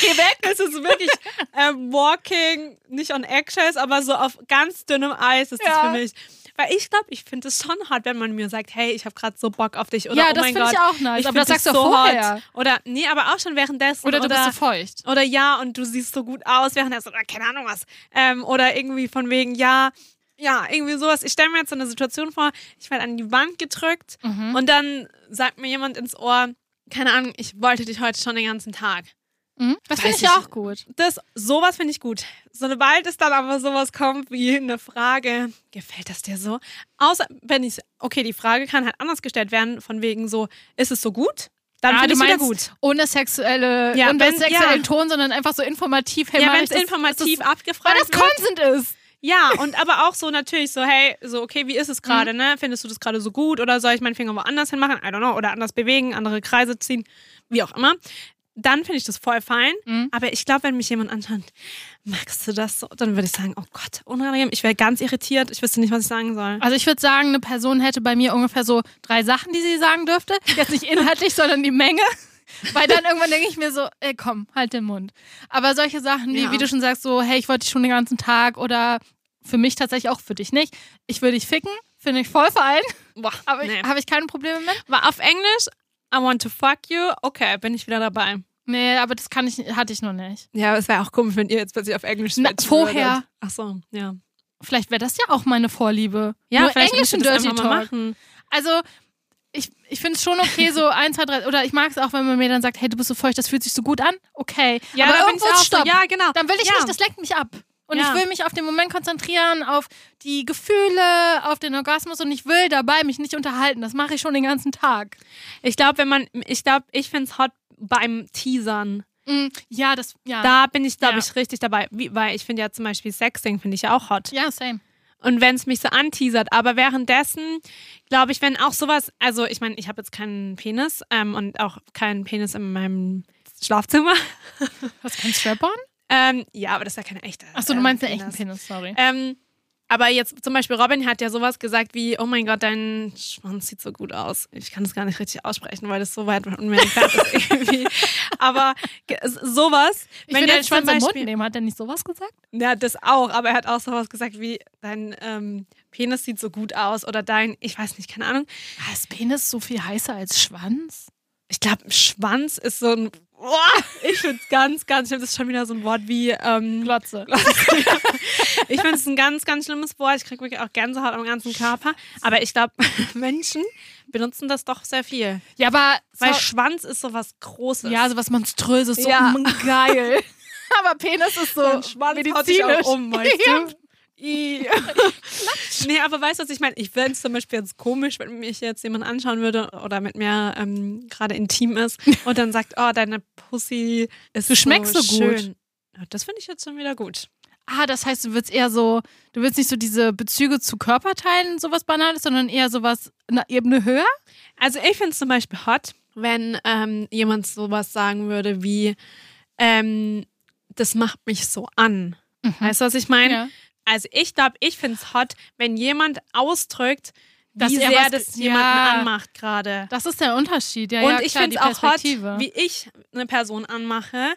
Speaker 2: Geh weg. Es ist wirklich ähm, Walking, nicht on Eggshells, aber so auf ganz dünnem Eis ist
Speaker 1: Ja.
Speaker 2: das für mich. Weil ich glaube, ich finde es schon hart, wenn man mir sagt, hey, ich habe gerade so Bock auf dich. Oder,
Speaker 1: ja,
Speaker 2: oh
Speaker 1: das
Speaker 2: mein
Speaker 1: finde
Speaker 2: Gott,
Speaker 1: ich auch nice.
Speaker 2: ich
Speaker 1: aber das
Speaker 2: find
Speaker 1: sagst du
Speaker 2: dich
Speaker 1: so
Speaker 2: so
Speaker 1: vorher.
Speaker 2: hot. Oder, nee, aber auch schon währenddessen.
Speaker 1: Oder du bist so feucht.
Speaker 2: Oder ja, und du siehst so gut aus währenddessen. Oder keine Ahnung was. Ähm, oder irgendwie von wegen, ja, ja, irgendwie sowas. Ich stelle mir jetzt so eine Situation vor, ich werde an die Wand gedrückt
Speaker 1: Mhm.
Speaker 2: und dann sagt mir jemand ins Ohr, keine Ahnung, ich wollte dich heute schon den ganzen Tag.
Speaker 1: Mhm. Das finde
Speaker 2: Weiß
Speaker 1: ich
Speaker 2: ich-
Speaker 1: auch gut.
Speaker 2: Das, sowas finde ich gut. Sobald es dann aber sowas kommt wie eine Frage, gefällt das dir so? Außer wenn ich, okay, die Frage kann halt anders gestellt werden, von wegen so, ist es so gut? Dann
Speaker 1: Ah, du
Speaker 2: finde ich es wieder
Speaker 1: meinst,
Speaker 2: gut.
Speaker 1: Ohne sexuelle,
Speaker 2: Ja,
Speaker 1: ohne
Speaker 2: wenn-
Speaker 1: sexuellen
Speaker 2: ja.
Speaker 1: Ton, sondern einfach so informativ. Hey,
Speaker 2: ja,
Speaker 1: mach ich
Speaker 2: wenn es
Speaker 1: das-
Speaker 2: informativ
Speaker 1: das, weil
Speaker 2: abgefragt
Speaker 1: das
Speaker 2: wird.
Speaker 1: Consent ist.
Speaker 2: Ja, und aber auch so natürlich so, hey, so, okay, wie ist es gerade, ne? Findest du das gerade so gut oder soll ich meinen Finger woanders hinmachen? I don't know. Oder anders bewegen, andere Kreise ziehen, wie auch immer. Dann finde ich das voll fein.
Speaker 1: Mhm.
Speaker 2: Aber ich glaube, wenn mich jemand anschaut, magst du das so? Dann würde ich sagen, oh Gott, unangenehm. Ich wäre ganz irritiert. Ich wüsste nicht, was ich sagen soll.
Speaker 1: Also ich würde sagen, eine Person hätte bei mir ungefähr so drei Sachen, die sie sagen dürfte. Jetzt nicht inhaltlich, sondern die Menge. Weil dann irgendwann denke ich mir so, ey, komm, halt den Mund. Aber solche Sachen, wie,
Speaker 2: Ja.
Speaker 1: wie du schon sagst, so, hey, ich wollte dich schon den ganzen Tag oder für mich tatsächlich auch für dich nicht. Ich will dich ficken, finde ich voll fein,
Speaker 2: Ah, Boah,
Speaker 1: aber
Speaker 2: nee.
Speaker 1: ich habe ich keine Probleme mit.
Speaker 2: War auf Englisch, I want to fuck you. Okay, bin ich wieder dabei.
Speaker 1: Nee, aber das kann ich, hatte ich noch nicht.
Speaker 2: Ja, aber es wäre auch komisch, wenn ihr jetzt plötzlich auf Englisch
Speaker 1: Na,
Speaker 2: switchen
Speaker 1: vorher.
Speaker 2: würdet. Ach so, ja.
Speaker 1: Vielleicht wäre das ja auch meine Vorliebe.
Speaker 2: Ja,
Speaker 1: Nur
Speaker 2: vielleicht
Speaker 1: Englisch
Speaker 2: müsst ihr
Speaker 1: und
Speaker 2: das
Speaker 1: Dirty
Speaker 2: einfach
Speaker 1: Talk.
Speaker 2: mal machen.
Speaker 1: Also, ich, ich finde es schon okay, so ein, zwei, drei. Oder ich mag es auch, wenn man mir dann sagt, hey, du bist so feucht, das fühlt sich so gut an. Okay.
Speaker 2: Ja,
Speaker 1: aber
Speaker 2: da bin ich
Speaker 1: irgendwo ist
Speaker 2: auch so,
Speaker 1: Stopp.
Speaker 2: ja, genau.
Speaker 1: Dann will ich
Speaker 2: ja.
Speaker 1: nicht, das lenkt mich ab. Und
Speaker 2: Ja.
Speaker 1: ich will mich auf den Moment konzentrieren, auf die Gefühle, auf den Orgasmus und ich will dabei mich nicht unterhalten. Das mache ich schon den ganzen Tag.
Speaker 2: Ich glaube, wenn man, ich glaube, ich finde es hot beim Teasern.
Speaker 1: Mm, ja, das, ja.
Speaker 2: Da bin ich, glaube
Speaker 1: Ja.
Speaker 2: ich, richtig dabei. Wie, weil ich finde ja zum Beispiel Sexting finde ich ja auch hot.
Speaker 1: ja, same.
Speaker 2: Und wenn es mich so anteasert, aber währenddessen, glaube ich, wenn auch sowas, also ich meine, ich habe jetzt keinen Penis ähm, und auch keinen Penis in meinem Schlafzimmer.
Speaker 1: Hast du keinen Strap-on?
Speaker 2: Ähm, ja, aber das ist ja kein echter.
Speaker 1: Achso, du
Speaker 2: ähm,
Speaker 1: meinst einen echten Penis, sorry.
Speaker 2: Ähm, aber jetzt zum Beispiel Robin hat ja sowas gesagt wie, oh mein Gott, dein Schwanz sieht so gut aus. Ich kann es gar nicht richtig aussprechen, weil das so weit von mir entfernt ist irgendwie. Aber ge- s- sowas,
Speaker 1: Ich halt will den
Speaker 2: jetzt zum
Speaker 1: Schwanz im Mund
Speaker 2: Beispiel-
Speaker 1: nehmen, hat der nicht sowas gesagt?
Speaker 2: Ja, das auch, aber er hat auch sowas gesagt wie, dein ähm, Penis sieht so gut aus oder dein, ich weiß nicht, keine Ahnung.
Speaker 1: Ah, Ist Penis so viel heißer als Schwanz?
Speaker 2: Ich glaube, Schwanz ist so ein, Boah, ich finde es ganz, ganz schlimm. Das ist schon wieder so ein Wort wie, ähm,
Speaker 1: Glotze.
Speaker 2: Ich finde es ein ganz, ganz schlimmes Wort. Ich kriege wirklich auch Gänsehaut am ganzen Körper. Aber ich glaube, Menschen benutzen das doch sehr viel.
Speaker 1: Ja, aber
Speaker 2: Weil
Speaker 1: so-
Speaker 2: Schwanz ist so was Großes.
Speaker 1: Ja, so was Monströses, so
Speaker 2: Ja.
Speaker 1: mm, geil. Aber Penis ist so
Speaker 2: Und Schwanz haut dich auch
Speaker 1: medizinisch.
Speaker 2: um, meinst du?
Speaker 1: Ja.
Speaker 2: I. nee, aber weißt du, was ich meine? Ich fände es zum Beispiel jetzt komisch, wenn mich jetzt jemand anschauen würde oder mit mir ähm, gerade intim ist und dann sagt, oh, deine Pussy ist
Speaker 1: Du schmeckst
Speaker 2: so,
Speaker 1: so gut.
Speaker 2: Schön. Ja, Das finde ich jetzt schon wieder gut.
Speaker 1: Ah, das heißt, du willst eher so, du willst nicht so diese Bezüge zu Körperteilen, sowas Banales, sondern eher sowas eine Ebene höher?
Speaker 2: Also ich finde es zum Beispiel hot, wenn ähm, jemand sowas sagen würde wie, ähm, das macht mich so an. Weißt du, was ich meine?
Speaker 1: Ja.
Speaker 2: Also ich glaube, ich finde es hot, wenn jemand ausdrückt,
Speaker 1: Dass
Speaker 2: wie
Speaker 1: er
Speaker 2: sehr
Speaker 1: was-
Speaker 2: das
Speaker 1: ja.
Speaker 2: jemanden anmacht gerade.
Speaker 1: Das ist der Unterschied, ja. ja,
Speaker 2: Und ich
Speaker 1: klar,
Speaker 2: finde es
Speaker 1: die
Speaker 2: auch hot,
Speaker 1: Perspektive.
Speaker 2: wie ich eine Person anmache.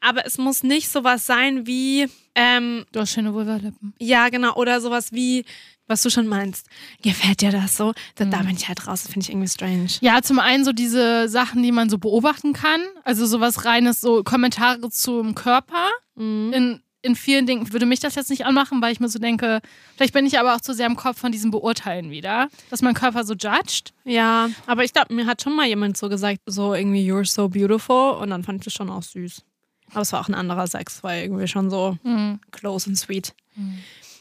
Speaker 2: Aber es muss nicht sowas sein wie, ähm,
Speaker 1: Du hast schöne Vulvalippen.
Speaker 2: ja genau, oder sowas wie, was du schon meinst. Gefällt dir das so? Dann
Speaker 1: Hm.
Speaker 2: da bin ich halt raus. Das finde ich irgendwie strange.
Speaker 1: Ja, zum einen so diese Sachen, die man so beobachten kann. Also sowas reines, so Kommentare zum Körper. In, in vielen Dingen würde mich das jetzt nicht anmachen, weil ich mir so denke, vielleicht bin ich aber auch zu sehr im Kopf von diesem Beurteilen wieder, dass mein Körper so judged.
Speaker 2: Ja, aber ich glaube, mir hat schon mal jemand so gesagt, so irgendwie, you're so beautiful. Und dann fand ich das schon auch süß. Aber es war auch ein anderer Sex, weil irgendwie schon so close and sweet.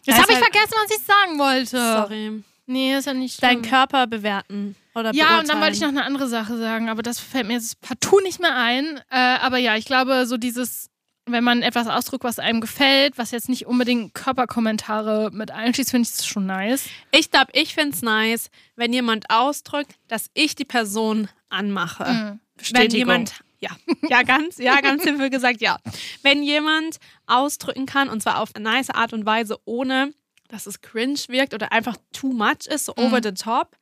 Speaker 1: Das
Speaker 2: Also
Speaker 1: habe ich
Speaker 2: halt-
Speaker 1: vergessen, was ich sagen wollte.
Speaker 2: Sorry.
Speaker 1: Nee, ist ja nicht schlimm.
Speaker 2: Deinen Körper bewerten oder
Speaker 1: ja, und dann wollte ich noch eine andere Sache sagen, aber das fällt mir jetzt partout nicht mehr ein. Äh, aber ja, ich glaube, so dieses, wenn man etwas ausdrückt, was einem gefällt, was jetzt nicht unbedingt Körperkommentare mit einschließt, finde ich das schon nice.
Speaker 2: Ich glaube, ich finde es nice, wenn jemand ausdrückt, dass ich die Person anmache. wenn
Speaker 1: Bestätigung.
Speaker 2: jemand ja, ja ganz, ja ganz simpel gesagt, ja. Wenn jemand ausdrücken kann und zwar auf eine nice Art und Weise, ohne dass es cringe wirkt oder einfach too much ist, so over the top,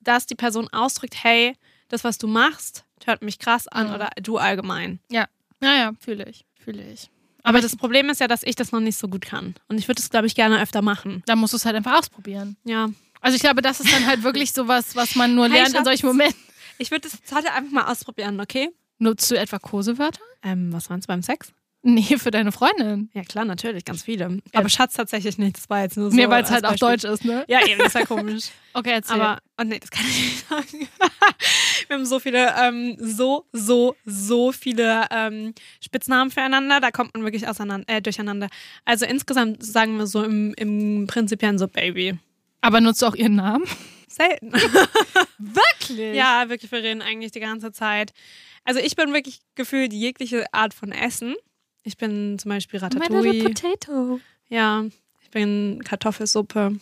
Speaker 2: dass die Person ausdrückt, hey, das was du machst, hört mich krass an
Speaker 1: Mhm.
Speaker 2: oder du allgemein.
Speaker 1: Ja, naja, fühle ich, fühle ich.
Speaker 2: Aber,
Speaker 1: Aber
Speaker 2: das Problem ist ja, dass ich das noch nicht so gut kann. Und ich würde es, glaube ich, gerne öfter machen.
Speaker 1: Da musst du es halt einfach ausprobieren.
Speaker 2: Ja.
Speaker 1: Also ich glaube, das ist dann halt wirklich sowas, was man nur
Speaker 2: Hey,
Speaker 1: lernt in
Speaker 2: Schatz.
Speaker 1: solchen Momenten.
Speaker 2: Ich würde das jetzt heute einfach mal ausprobieren, okay?
Speaker 1: Nutzt du etwa Kosewörter?
Speaker 2: Ähm, was meinst du beim Sex?
Speaker 1: Nee, für deine Freundin.
Speaker 2: Ja, klar, natürlich, ganz viele. Aber Schatz tatsächlich nicht. Das war jetzt nur so.
Speaker 1: nee, weil es
Speaker 2: als
Speaker 1: halt auch
Speaker 2: Beispiel.
Speaker 1: Deutsch ist, ne?
Speaker 2: Ja, eben, ist ja komisch.
Speaker 1: Okay, erzähl.
Speaker 2: Aber, oh nee, das kann ich nicht sagen. Wir haben so viele, ähm, so, so, so viele ähm, Spitznamen füreinander. Da kommt man wirklich auseinander, äh, durcheinander. Also insgesamt sagen wir so im, im Prinzipiellen so Baby.
Speaker 1: Aber nutzt du auch ihren Namen?
Speaker 2: Selten.
Speaker 1: Wirklich? Ja.
Speaker 2: ja, wirklich, wir reden eigentlich die ganze Zeit. Also ich bin wirklich gefühlt jegliche Art von Essen. Ich bin zum
Speaker 1: Oh
Speaker 2: Beispiel Ratatouille.
Speaker 1: potato.
Speaker 2: Ja, ich bin Kartoffelsuppe.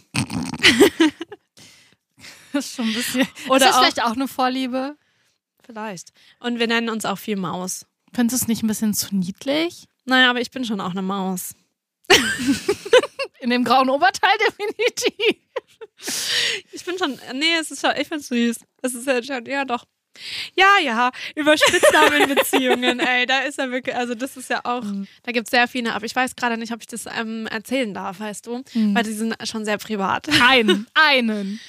Speaker 1: Das ist schon ein bisschen.
Speaker 2: Oder
Speaker 1: ist das
Speaker 2: auch-
Speaker 1: vielleicht auch eine Vorliebe?
Speaker 2: Vielleicht. Und wir nennen uns auch viel Maus.
Speaker 1: Findest du es nicht ein bisschen zu niedlich?
Speaker 2: Naja, aber ich bin schon auch eine Maus.
Speaker 1: In dem grauen Oberteil definitiv.
Speaker 2: Ich bin schon, nee, es ist schon, ich bin süß. Es ist ja schon, ja doch. Ja, ja, über Spitznamen in Beziehungen, ey, da ist ja wirklich, also das ist ja auch,
Speaker 1: Mhm.
Speaker 2: da gibt es sehr viele, aber ich weiß gerade nicht, ob ich das ähm, erzählen darf, weißt du,
Speaker 1: Mhm.
Speaker 2: weil die sind schon sehr privat.
Speaker 1: Einen. Einen.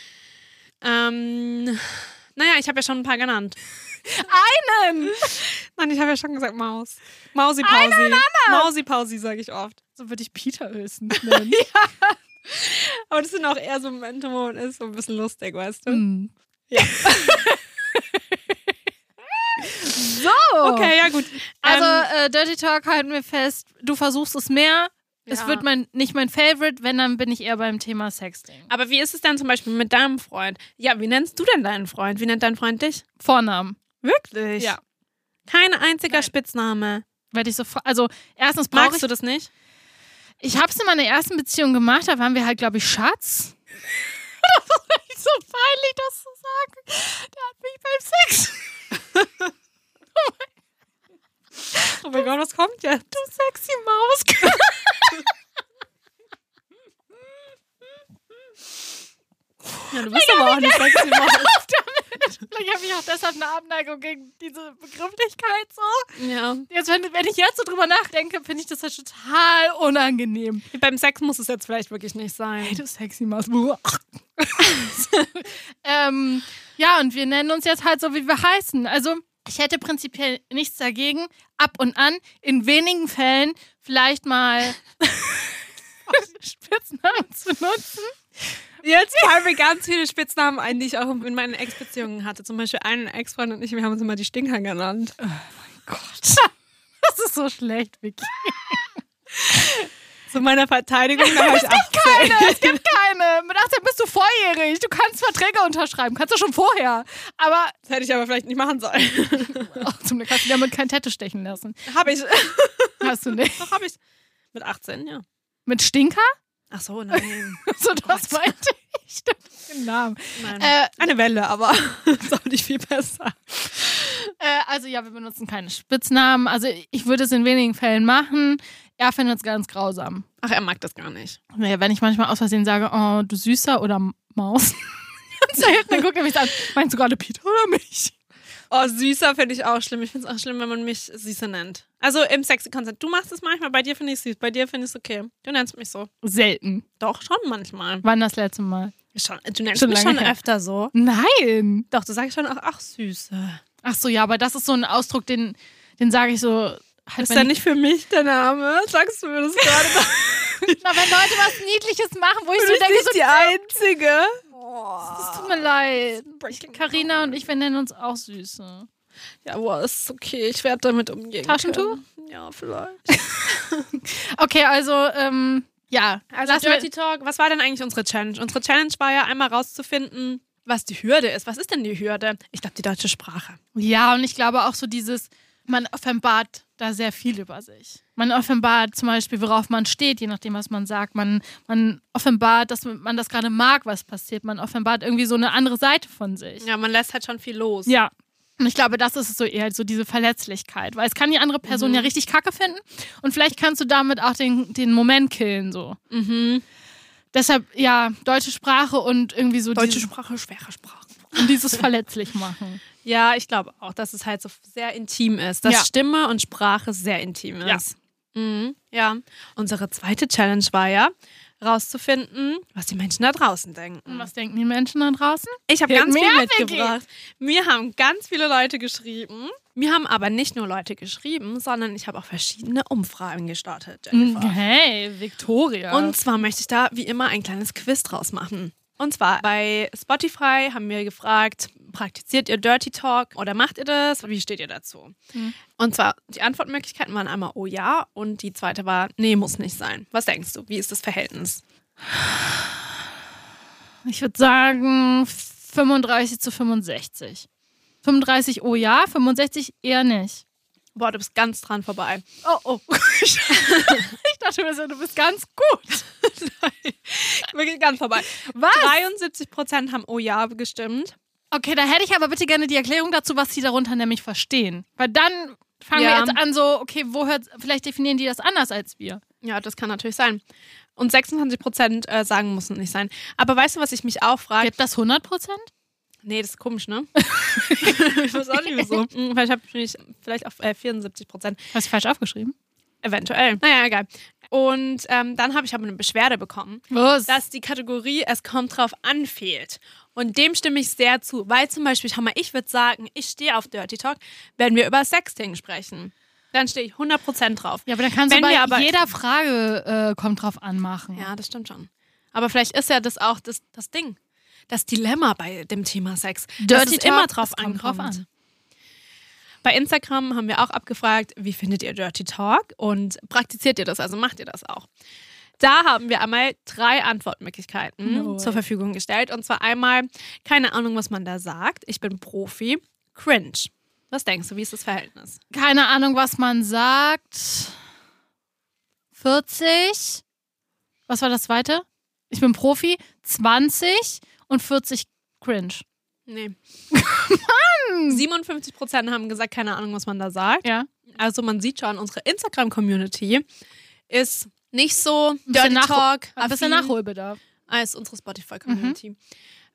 Speaker 2: Ähm, naja, ich habe ja schon ein paar genannt.
Speaker 1: Einen!
Speaker 2: Nein, ich habe ja schon gesagt Maus. Mausi-Pausi. Mausi-Pausi sage ich oft.
Speaker 1: So würde ich Peter höchstens nennen.
Speaker 2: Aber das sind auch eher so Momente, wo man ist so ein bisschen lustig, weißt du.
Speaker 1: Mhm.
Speaker 2: Ja.
Speaker 1: so!
Speaker 2: Okay, ja gut.
Speaker 1: Also,
Speaker 2: ähm,
Speaker 1: äh, Dirty Talk halten wir fest. Du versuchst es mehr. Es
Speaker 2: Ja.
Speaker 1: wird mein, nicht mein Favorite, wenn, dann bin ich eher beim Thema Sexting.
Speaker 2: Aber wie ist es denn zum Beispiel mit deinem Freund? Ja, wie nennst du denn deinen Freund? Wie nennt dein Freund dich?
Speaker 1: Vornamen.
Speaker 2: Wirklich? Ja. Kein einziger
Speaker 1: Nein.
Speaker 2: Spitzname.
Speaker 1: Werde ich sofort. Also, erstens brauche
Speaker 2: Magst
Speaker 1: ich.
Speaker 2: du das nicht?
Speaker 1: Ich habe es in meiner ersten Beziehung gemacht, da waren wir halt, glaube ich, Schatz. das ist echt so peinlich, das zu sagen. Der hat mich beim Sex.
Speaker 2: Oh mein Gott, was kommt jetzt?
Speaker 1: Du sexy Maus.
Speaker 2: Ja, du bist aber auch eine sexy Maus.
Speaker 1: Vielleicht habe ich auch deshalb eine Abneigung gegen diese Begrifflichkeit so.
Speaker 2: Ja.
Speaker 1: Jetzt, wenn, wenn ich jetzt so drüber nachdenke, finde ich das halt total unangenehm.
Speaker 2: Beim Sex muss es jetzt vielleicht wirklich nicht
Speaker 1: Hey,
Speaker 2: sein.
Speaker 1: du sexy Maus. ähm, ja, und wir nennen uns jetzt halt so, wie wir heißen. Also, ich hätte prinzipiell nichts dagegen. Ab und an, in wenigen Fällen, vielleicht mal Spitznamen zu nutzen.
Speaker 2: Jetzt fallen mir ganz viele Spitznamen ein, die ich auch in meinen Ex-Beziehungen hatte. Zum Beispiel einen Ex-Freund und ich, wir haben uns immer die Stinker genannt.
Speaker 1: Gott. Das ist so schlecht, Vicky.
Speaker 2: Zu meiner Verteidigung, da war ich 18.
Speaker 1: Es gibt keine. Mit 18 bist du volljährig. Du kannst Verträge unterschreiben. Kannst du schon vorher. Aber
Speaker 2: Das hätte ich aber vielleicht nicht machen sollen.
Speaker 1: Ach, zum Glück hast du damit kein Tattoo stechen lassen.
Speaker 2: Habe ich.
Speaker 1: Hast du nicht.
Speaker 2: Doch, habe ich. Mit 18, ja.
Speaker 1: Mit Stinker?
Speaker 2: Ach so, nein.
Speaker 1: So, das meinte ich. Stimmt, den Namen.
Speaker 2: Nein.
Speaker 1: Äh,
Speaker 2: Eine Welle, aber ist auch nicht viel besser.
Speaker 1: Äh, also ja, wir benutzen keine Spitznamen. Also ich würde es in wenigen Fällen machen. Er findet es ganz grausam.
Speaker 2: Ach, er mag das gar nicht.
Speaker 1: Naja, wenn ich manchmal aus Versehen sage, oh, du Süßer oder Maus, ganz selten, dann guckt er mich an. Meinst du gerade Peter oder mich?
Speaker 2: Oh, süßer finde ich auch schlimm. Ich finde es auch schlimm, wenn man mich süßer nennt. Also im Sexy-Konzept. Du machst es manchmal, bei dir finde ich süß, bei dir finde ich es okay. Du nennst mich so.
Speaker 1: Selten.
Speaker 2: Doch, schon manchmal.
Speaker 1: Wann das letzte Mal?
Speaker 2: Schon, du nennst
Speaker 1: Schon
Speaker 2: mich
Speaker 1: lange
Speaker 2: schon
Speaker 1: her.
Speaker 2: öfter so.
Speaker 1: Nein.
Speaker 2: Doch, du sagst schon auch, ach, süße.
Speaker 1: Ach so, ja, aber das ist so ein Ausdruck, den, den sage ich so. Halt,
Speaker 2: Ist
Speaker 1: wenn-
Speaker 2: ja nicht für mich der Name. Sagst du mir das gerade?
Speaker 1: Na, wenn Leute was Niedliches machen, wo ich
Speaker 2: Du
Speaker 1: so
Speaker 2: bist
Speaker 1: denke, so,
Speaker 2: nicht die Einzige.
Speaker 1: das tut mir leid.
Speaker 2: Oh, Breaking
Speaker 1: Carina und ich, wir nennen uns auch Süße.
Speaker 2: Ja, boah, ist okay. Ich werde damit umgehen.
Speaker 1: Taschentuch?
Speaker 2: können. Ja, vielleicht.
Speaker 1: Okay, also, ähm, ja.
Speaker 2: Also
Speaker 1: Lass mir-
Speaker 2: Dirty Talk, was war denn eigentlich unsere Challenge? Unsere Challenge war ja einmal rauszufinden, was die Hürde ist. Was ist denn die Hürde? Ich glaube, die deutsche Sprache.
Speaker 1: Ja, und ich glaube auch so dieses, man offenbart da sehr viel über sich. Man offenbart zum Beispiel, worauf man steht, je nachdem, was man sagt. Man, man offenbart, dass man das gerade mag, was passiert. Man offenbart irgendwie so eine andere Seite von sich.
Speaker 2: Ja, man lässt halt schon viel los.
Speaker 1: Ja. Und ich glaube, das ist so eher so diese Verletzlichkeit, weil es kann die andere Person ja richtig kacke finden und vielleicht kannst du damit auch den, den Moment killen, so.
Speaker 2: Mhm.
Speaker 1: Deshalb, ja, deutsche Sprache und irgendwie so
Speaker 2: Deutsche
Speaker 1: dieses,
Speaker 2: Sprache, schwere Sprache.
Speaker 1: und dieses verletzlich machen.
Speaker 2: Ja, ich glaube auch, dass es halt so sehr intim ist. Dass
Speaker 1: Ja.
Speaker 2: Stimme und Sprache sehr intim ist. Mhm, ja. Unsere zweite Challenge war ja, rauszufinden, was die Menschen da draußen denken.
Speaker 1: Und was denken die Menschen da draußen?
Speaker 2: Ich habe
Speaker 1: Hit
Speaker 2: ganz
Speaker 1: me
Speaker 2: viel
Speaker 1: up,
Speaker 2: mitgebracht. Mir haben ganz viele Leute geschrieben. Mir haben aber nicht nur Leute geschrieben, sondern ich habe auch verschiedene Umfragen gestartet.
Speaker 1: Mhm.
Speaker 2: Jennifer.
Speaker 1: Hey, Victoria.
Speaker 2: Und zwar möchte ich da wie immer ein kleines Quiz draus machen. Und zwar bei Spotify haben wir gefragt, praktiziert ihr Dirty Talk oder macht ihr das? Wie steht ihr dazu? Und zwar, die Antwortmöglichkeiten waren einmal oh ja und die zweite war, nee, muss nicht sein. Was denkst du? Wie ist das Verhältnis?
Speaker 1: ich würde sagen 35 zu 65. 35 oh ja, 65 eher nicht.
Speaker 2: Boah, du bist ganz dran vorbei.
Speaker 1: Oh, oh. ich dachte mir so, du bist ganz gut.
Speaker 2: Wirklich ganz vorbei.
Speaker 1: Was?
Speaker 2: 73 Prozent haben oh ja gestimmt.
Speaker 1: Okay, da hätte ich aber bitte gerne die Erklärung dazu, was sie darunter nämlich verstehen. Weil dann fangen wir
Speaker 2: Ja.
Speaker 1: jetzt an, so, okay, wo hört, vielleicht definieren die das anders als wir.
Speaker 2: Ja, das kann natürlich sein. Und 26 Prozent äh, sagen, muss nicht sein. Aber weißt du, was ich mich auch frage?
Speaker 1: Gibt das 100 Prozent?
Speaker 2: Nee, das ist komisch, ne? ich weiß auch nicht wieso. Hm, Vielleicht habe ich mich vielleicht auf äh, 74 Prozent.
Speaker 1: Hast du falsch aufgeschrieben?
Speaker 2: Eventuell. Naja, egal. Und ähm, dann habe ich aber eine Beschwerde bekommen,
Speaker 1: Was?
Speaker 2: dass die Kategorie Es kommt drauf an fehlt. Und dem stimme ich sehr zu, weil zum Beispiel, schau mal, ich würde sagen, ich stehe auf Dirty Talk, wenn wir über Sexting sprechen. Dann stehe ich 100% drauf.
Speaker 1: ja, aber da kannst du
Speaker 2: Wenn
Speaker 1: bei
Speaker 2: wir aber-
Speaker 1: jeder Frage äh, kommt drauf anmachen.
Speaker 2: Ja, das stimmt schon. Aber vielleicht ist ja das auch das, das Ding. Das Dilemma bei dem Thema Sex. dass es immer drauf
Speaker 1: es kommt drauf
Speaker 2: ankommt.
Speaker 1: an.
Speaker 2: Bei Instagram haben wir auch abgefragt, wie findet ihr Dirty Talk und praktiziert ihr das, also macht ihr das auch? Da haben wir einmal drei Antwortmöglichkeiten
Speaker 1: Jawohl.
Speaker 2: zur Verfügung gestellt. Und zwar einmal, keine Ahnung, was man da sagt, ich bin Profi, cringe. Was denkst du, wie ist das Verhältnis?
Speaker 1: Keine Ahnung, was man sagt. 40. Was war das zweite? Ich bin Profi. 20 und 40 cringe.
Speaker 2: Nee. Mann! 57 Prozent haben gesagt, keine Ahnung, was man da sagt.
Speaker 1: Ja.
Speaker 2: Also man sieht schon, unsere Instagram-Community ist nicht so
Speaker 1: bisschen
Speaker 2: Dirty
Speaker 1: nach-
Speaker 2: Talk,
Speaker 1: Ein bisschen
Speaker 2: affin
Speaker 1: Nachholbedarf.
Speaker 2: als unsere Spotify-Community.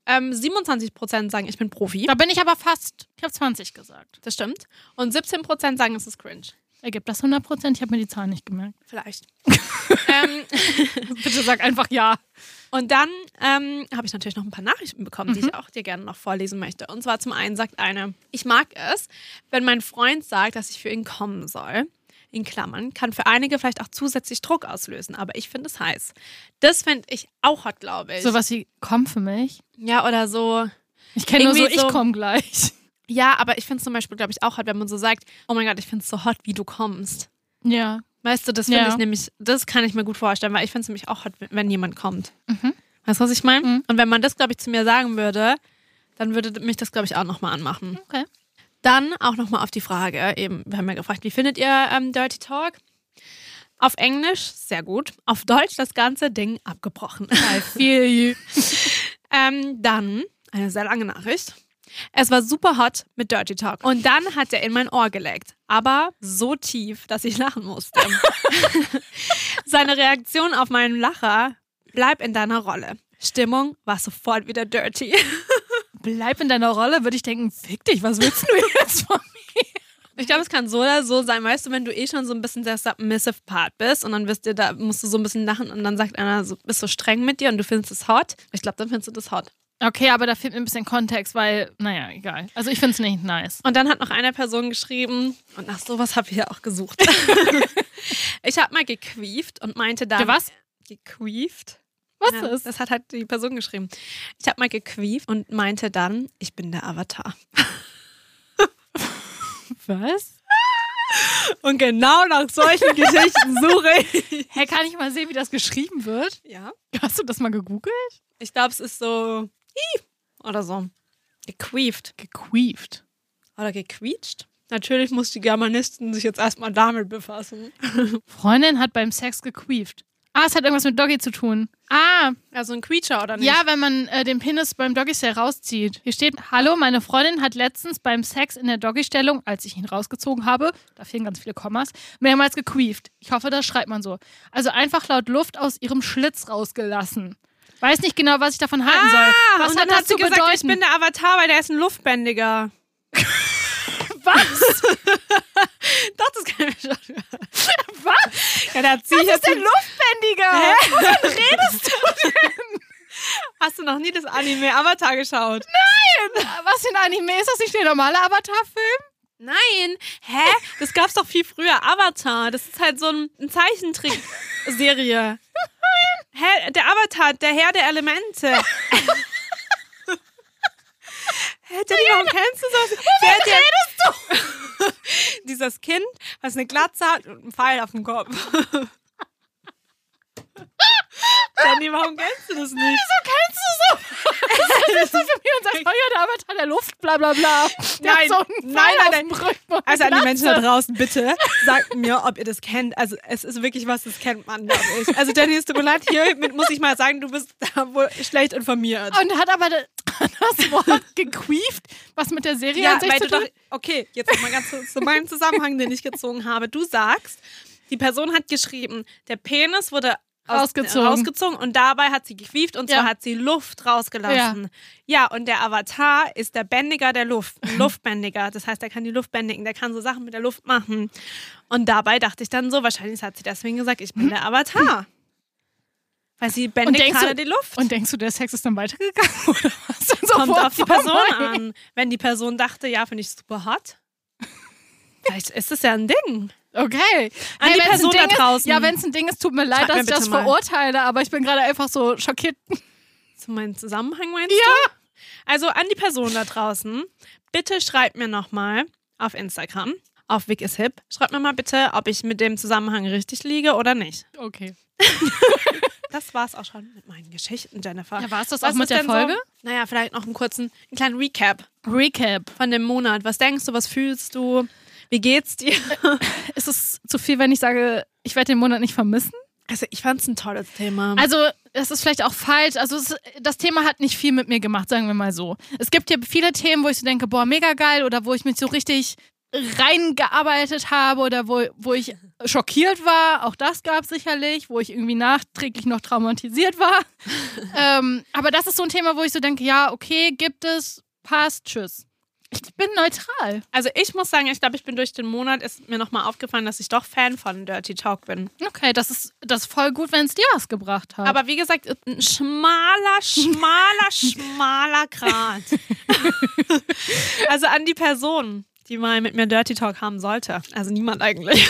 Speaker 2: Ähm, 27 Prozent sagen, ich bin Profi.
Speaker 1: Da bin ich aber fast. Ich habe 20 gesagt.
Speaker 2: Das stimmt. Und 17 Prozent sagen, es ist cringe.
Speaker 1: Ergibt das 100 Prozent? Ich habe mir die Zahl nicht gemerkt.
Speaker 2: Vielleicht. ähm,
Speaker 1: Bitte sag einfach ja.
Speaker 2: und dann ähm, habe ich natürlich noch ein paar Nachrichten bekommen, die ich auch dir gerne noch vorlesen möchte. Und zwar zum einen sagt eine, ich mag es, wenn mein Freund sagt, dass ich für ihn kommen soll. In Klammern, kann für einige vielleicht auch zusätzlich Druck auslösen, aber ich finde es heiß. Das finde ich auch hot, glaube ich.
Speaker 1: Sowas wie, komm für mich.
Speaker 2: ja, oder so.
Speaker 1: Ich kenne nur so,
Speaker 2: Irgendwie
Speaker 1: ich
Speaker 2: so-
Speaker 1: komm gleich.
Speaker 2: Ja, aber ich finde es zum Beispiel, glaube ich, auch hot, wenn man so sagt, oh mein Gott, ich finde es so hot, wie du kommst.
Speaker 1: Ja.
Speaker 2: Weißt du, das finde
Speaker 1: Ja.
Speaker 2: ich nämlich, das kann ich mir gut vorstellen, weil ich finde es nämlich auch hot, wenn jemand kommt. Weißt du, was ich meine? Und wenn man das, glaube ich, zu mir sagen würde, dann würde mich das, glaube ich, auch nochmal anmachen.
Speaker 1: Okay.
Speaker 2: Dann auch nochmal auf die Frage, eben, wir haben ja gefragt, wie findet ihr ähm, Dirty Talk? Auf Englisch, sehr gut. Auf Deutsch das ganze Ding abgebrochen.
Speaker 1: I feel you.
Speaker 2: Ähm, dann eine sehr lange Nachricht. Es war super hot mit Dirty Talk. Und dann hat er in mein Ohr geleckt. Aber so tief, dass ich lachen musste. Seine Reaktion auf meinen Lacher, bleib in deiner Rolle. Stimmung war sofort wieder dirty.
Speaker 1: Bleib in deiner Rolle, würde ich denken, fick dich, was willst du jetzt von mir?
Speaker 2: Ich glaube, es kann so oder so sein, weißt du, wenn du eh schon so ein bisschen der submissive Part bist und dann wirst dir da, musst du so ein bisschen lachen und dann sagt einer, so, bist so streng mit dir und du findest es hot. Ich glaube, dann findest du das hot.
Speaker 1: Okay, aber da fehlt mir ein bisschen Kontext, weil, naja, egal. Also ich finde es nicht nice.
Speaker 2: Und dann hat noch eine Person geschrieben, und nach sowas habe ich ja auch gesucht. ich habe mal gequieft und meinte dann.
Speaker 1: Ge- was?
Speaker 2: Gequieft.
Speaker 1: Was
Speaker 2: Ja,
Speaker 1: ist?
Speaker 2: Das hat halt die Person geschrieben. Ich habe mal gequieft und meinte dann, ich bin der Avatar.
Speaker 1: Was?
Speaker 2: Und genau nach solchen Geschichten suche ich.
Speaker 1: Hey, kann ich mal sehen, wie das geschrieben wird?
Speaker 2: Ja.
Speaker 1: Hast du das mal gegoogelt?
Speaker 2: Ich glaube, es ist so. "Ih" Oder so. Gequieft.
Speaker 1: Gequeeft.
Speaker 2: Oder gequietscht. Natürlich muss die Germanistin sich jetzt erstmal damit befassen.
Speaker 1: Freundin hat beim Sex gequeeft. Ah, es hat irgendwas mit Doggy zu tun. Ah,
Speaker 2: Also ein Quietscher, oder nicht?
Speaker 1: ja, wenn man äh, den Penis beim Doggy-Style rauszieht. Hier steht, hallo, meine Freundin hat letztens beim Sex in der Doggy-Stellung, als ich ihn rausgezogen habe, da fehlen ganz viele Kommas, mehrmals gequeeft. Ich hoffe, das schreibt man so. Also einfach laut Luft aus ihrem Schlitz rausgelassen. Weiß nicht genau, was ich davon halten soll. Was
Speaker 2: Ah, und
Speaker 1: hat
Speaker 2: dann
Speaker 1: das
Speaker 2: hast du
Speaker 1: zu
Speaker 2: gesagt,
Speaker 1: bedeuten?
Speaker 2: ich bin der Avatar, weil der ist ein Luftbändiger.
Speaker 1: was?
Speaker 2: Doch, das kann ich mir schon.
Speaker 1: Was?
Speaker 2: Ja, da zieh
Speaker 1: Was ist
Speaker 2: ich jetzt
Speaker 1: denn Luftbändiger? Wovon redest du
Speaker 2: Hast du noch nie das Anime Avatar geschaut?
Speaker 1: denn? Was für ein Anime? Ist das nicht der normale Avatar-Film?
Speaker 2: Nein. Hä? Das gab's doch viel früher. Avatar. Das ist halt so ein, ein Zeichentrick-Serie. Hä? Der Avatar, der Herr der Elemente. Hä, Jenny, warum kennst du das? Wer der, redest du? Dieses Kind, was eine Glatze hat und einen Pfeil auf dem Kopf. Jenny, warum kennst du das nicht?
Speaker 1: Wieso kennst du so? Das ist so für mich und sagt, oh ja, der Avatar der Luft, bla bla bla. Der
Speaker 2: Nein,
Speaker 1: hat so einen
Speaker 2: nein,
Speaker 1: Pfeil
Speaker 2: nein,
Speaker 1: auf dem Rücken und
Speaker 2: Also an die
Speaker 1: Glatze.
Speaker 2: Menschen da draußen, bitte, sagt mir, ob ihr das kennt. Also es ist wirklich was, das kennt man, glaube ich. Also Jenny, es tut mir leid, hiermit muss ich mal sagen, du bist da wohl schlecht informiert.
Speaker 1: Und hat aber das das Wort gequieft, was mit der Serie an sich zu tun
Speaker 2: okay, jetzt noch mal ganz zu, zu meinem Zusammenhang, den ich gezogen habe. Du sagst, die Person hat geschrieben, der Penis wurde aus-
Speaker 1: Rausgezogen.
Speaker 2: rausgezogen und dabei hat sie gequieft und
Speaker 1: Ja.
Speaker 2: zwar hat sie Luft rausgelassen. Ja. und der Avatar ist der Bändiger der Luft, ein Luftbändiger. Das heißt, er kann die Luft bändigen, der kann so Sachen mit der Luft machen. Und dabei dachte ich dann so, wahrscheinlich hat sie deswegen gesagt, ich bin der Avatar. Weil sie bändigt
Speaker 1: denkst
Speaker 2: gerade
Speaker 1: du-
Speaker 2: die Luft.
Speaker 1: Und denkst du, der Sex ist dann weitergegangen? Oder was denn so
Speaker 2: Kommt
Speaker 1: vor-
Speaker 2: auf die Person
Speaker 1: vorbei?
Speaker 2: an. Wenn die Person dachte, ja, finde ich super hot, vielleicht ist es ja ein Ding.
Speaker 1: Okay.
Speaker 2: An die
Speaker 1: wenn's ein
Speaker 2: Person da
Speaker 1: Ding ist-
Speaker 2: draußen.
Speaker 1: Ja, wenn es ein Ding ist, tut mir leid,
Speaker 2: Schreibt
Speaker 1: dass
Speaker 2: mir
Speaker 1: ich das
Speaker 2: bitte mal.
Speaker 1: verurteile, aber ich bin gerade einfach so schockiert.
Speaker 2: Zu meinem Zusammenhang meinst du? Also an die Person da draußen, bitte schreibt mir nochmal auf Instagram, auf Vic is hip, schreibt mir mal bitte, ob ich mit dem Zusammenhang richtig liege oder nicht.
Speaker 1: Okay.
Speaker 2: Das war's auch schon mit meinen Geschichten, Jennifer.
Speaker 1: Ja, war's das
Speaker 2: Was
Speaker 1: auch mit
Speaker 2: ist
Speaker 1: der
Speaker 2: denn
Speaker 1: Folge?
Speaker 2: So? Naja, vielleicht noch einen kurzen, einen kleinen Recap
Speaker 1: Recap.
Speaker 2: von dem Monat. Was denkst du, was fühlst du? Wie geht's dir?
Speaker 1: Ist es zu viel, wenn ich sage, ich werde den Monat nicht vermissen?
Speaker 2: Also ich fand's ein tolles Thema.
Speaker 1: Also, das ist vielleicht auch falsch. Also, es, das Thema hat nicht viel mit mir gemacht, sagen wir mal so. Es gibt ja viele Themen, wo ich so denke, boah, mega geil, oder wo ich mich so richtig reingearbeitet habe oder wo, wo ich schockiert war. Auch das gab es sicherlich, wo ich irgendwie nachträglich noch traumatisiert war. ähm, aber das ist so ein Thema, wo ich so denke, ja, okay, gibt es, passt, tschüss. Ich bin neutral.
Speaker 2: Also ich muss sagen, ich glaube, ich bin durch den Monat, ist mir nochmal aufgefallen, dass ich doch Fan von Dirty Talk bin.
Speaker 1: Okay, das ist, das ist voll gut, wenn es dir was gebracht hat.
Speaker 2: Aber wie gesagt, ein schmaler, schmaler, schmaler Grat. also an die Person, die mal mit mir Dirty Talk haben sollte. Also niemand eigentlich.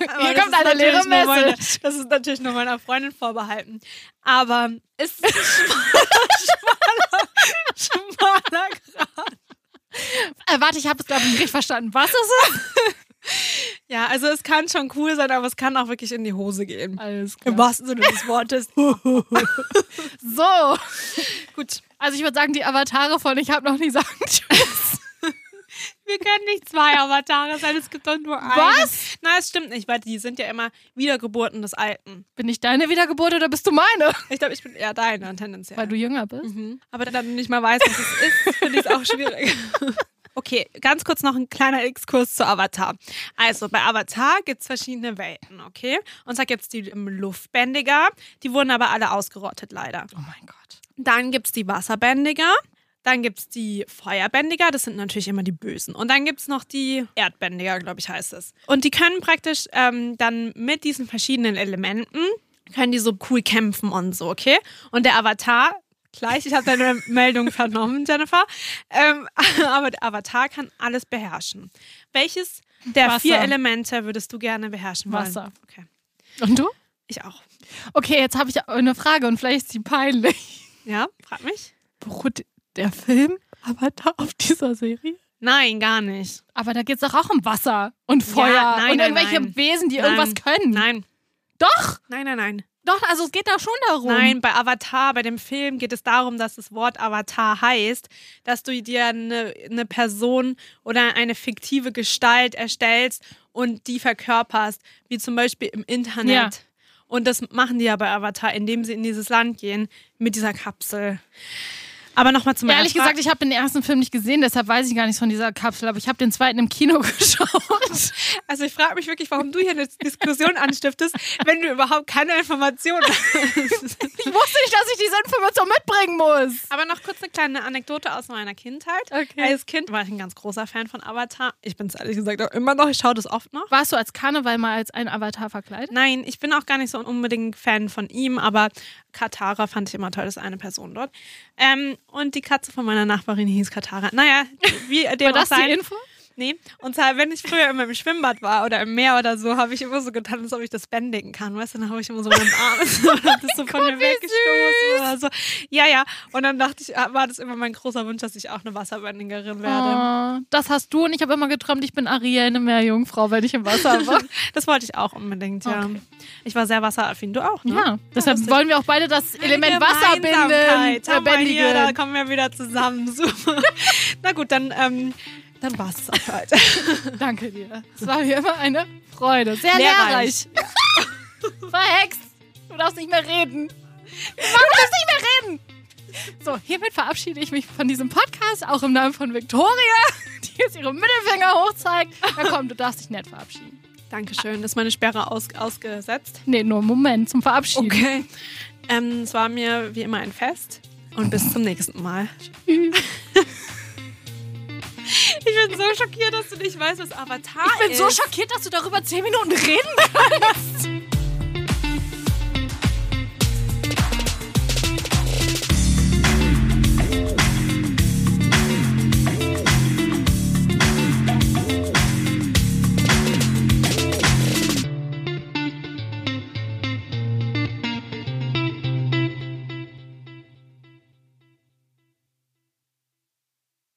Speaker 2: Aber
Speaker 1: Hier
Speaker 2: das
Speaker 1: kommt
Speaker 2: ist
Speaker 1: eine leere
Speaker 2: natürlich nur meine-
Speaker 1: Message.
Speaker 2: Das ist natürlich nur meiner Freundin vorbehalten. Aber es ist ein schmaler, schmaler, schmaler Grat.
Speaker 1: Äh, warte, ich habe es, glaube ich, nicht verstanden. Was ist es?
Speaker 2: Ja, also es kann schon cool sein, aber es kann auch wirklich in die Hose gehen.
Speaker 1: Alles
Speaker 2: Im wahrsten Sinne des Wortes.
Speaker 1: So.
Speaker 2: Gut,
Speaker 1: Also ich würde sagen, die Avatare von Ich habe noch nie sagen Tschüss.
Speaker 2: wir können nicht zwei Avatare sein, es gibt doch nur einen.
Speaker 1: Was?
Speaker 2: Na, es stimmt nicht, weil die sind ja immer Wiedergeburten des Alten.
Speaker 1: Bin ich deine Wiedergeburt oder bist du meine?
Speaker 2: Ich glaube, ich bin eher deiner tendenziell.
Speaker 1: Weil du jünger bist.
Speaker 2: Mhm. Aber da du nicht mal weißt, was es ist, finde ich es auch schwierig. Okay, ganz kurz noch ein kleiner Exkurs zu Avatar. Also bei Avatar gibt es verschiedene Welten, okay? Und zwar gibt es die ähm, Luftbändiger, die wurden aber alle ausgerottet leider.
Speaker 1: Oh mein Gott.
Speaker 2: Dann gibt es die Wasserbändiger. Dann gibt es die Feuerbändiger, das sind natürlich immer die Bösen. Und dann gibt es noch die Erdbändiger, glaube ich, heißt es. Und die können praktisch ähm, dann mit diesen verschiedenen Elementen, können die so cool kämpfen und so, okay? Und der Avatar, gleich, ich habe deine Meldung vernommen, Jennifer, ähm, aber der Avatar kann alles beherrschen. Welches der
Speaker 1: Wasser.
Speaker 2: vier Elemente würdest du gerne beherrschen wollen?
Speaker 1: Wasser.
Speaker 2: Okay,
Speaker 1: Und du?
Speaker 2: ich auch.
Speaker 1: Okay, jetzt habe ich eine Frage und vielleicht ist sie peinlich.
Speaker 2: Ja, frag mich.
Speaker 1: Beruht der Film Avatar auf dieser Serie?
Speaker 2: Nein, gar nicht.
Speaker 1: Aber da geht es doch auch um Wasser und Feuer
Speaker 2: Ja, nein,
Speaker 1: und
Speaker 2: nein,
Speaker 1: irgendwelche
Speaker 2: nein.
Speaker 1: Wesen, die
Speaker 2: Nein.
Speaker 1: irgendwas können.
Speaker 2: Nein,
Speaker 1: Doch,
Speaker 2: nein, nein, nein.
Speaker 1: doch, also es geht da schon darum.
Speaker 2: Nein, bei Avatar, bei dem Film geht es darum, dass das Wort Avatar heißt, dass du dir eine, eine Person oder eine fiktive Gestalt erstellst und die verkörperst, wie zum Beispiel im Internet.
Speaker 1: Ja.
Speaker 2: Und das machen die ja bei Avatar, indem sie in dieses Land gehen mit dieser Kapsel. Aber nochmal zu meiner
Speaker 1: Ehrlich
Speaker 2: Frage.
Speaker 1: gesagt, ich habe den ersten Film nicht gesehen, deshalb weiß ich gar nichts von dieser Kapsel, aber ich habe den zweiten im Kino geschaut.
Speaker 2: also ich frage mich wirklich, warum du hier eine Diskussion anstiftest, wenn du überhaupt keine Informationen hast.
Speaker 1: Ich wusste nicht, dass ich diese Information mitbringen muss.
Speaker 2: Aber noch kurz eine kleine Anekdote aus meiner Kindheit.
Speaker 1: Okay.
Speaker 2: Als Kind war ich ein ganz großer Fan von Avatar. Ich bin es ehrlich gesagt auch immer noch. Ich schaue das oft noch.
Speaker 1: Warst du als Karneval mal als ein Avatar verkleidet?
Speaker 2: Nein, ich bin auch gar nicht so unbedingt Fan von ihm, aber Katara fand ich immer toll. Das ist eine Person dort. Ähm, und die Katze von meiner Nachbarin hieß Katara. Naja, wie dem
Speaker 1: War das
Speaker 2: auch sein.
Speaker 1: die Info?
Speaker 2: Nee, und zwar, wenn ich früher immer im Schwimmbad war oder im Meer oder so, habe ich immer so getan, als ob ich das bändigen kann. Weißt du, dann habe ich immer so meinen Arm so, und hab das so von mir weggestoßen oder so. Ja, ja. Und dann dachte ich, war das immer mein großer Wunsch, dass ich auch eine Wasserbändigerin werde.
Speaker 1: Oh, das hast du und ich habe immer geträumt, ich bin Ariel, eine Meerjungfrau, weil ich im Wasser war.
Speaker 2: Das wollte ich auch unbedingt, ja.
Speaker 1: Oh. Okay.
Speaker 2: Ich war sehr wasseraffin. Du auch, ne?
Speaker 1: Ja, deshalb
Speaker 2: lustig.
Speaker 1: wollen wir auch beide das Element Wasser binden,
Speaker 2: Gemeinsamkeit. Haben wir hier, Da
Speaker 1: verbändigen.
Speaker 2: kommen wir wieder zusammen. Super. Na gut, dann, ähm, dann war es halt.
Speaker 1: Danke dir. Es war mir immer eine Freude. Sehr lehrreich.
Speaker 2: Lehrreich.
Speaker 1: Verhext. Du darfst nicht mehr reden. Du darfst nicht mehr reden. So, hiermit verabschiede ich mich von diesem Podcast, auch im Namen von Victoria, die jetzt ihre Mittelfinger hochzeigt. Na komm, du darfst dich nett verabschieden.
Speaker 2: Dankeschön. Ist meine Sperre aus, ausgesetzt?
Speaker 1: Nee, nur einen Moment zum Verabschieden.
Speaker 2: Okay. Ähm, es war mir wie immer ein Fest und bis zum nächsten Mal. ich bin so schockiert, dass du nicht weißt, was Avatar
Speaker 1: Ich bin
Speaker 2: ist.
Speaker 1: so schockiert, dass du darüber zehn Minuten reden kannst.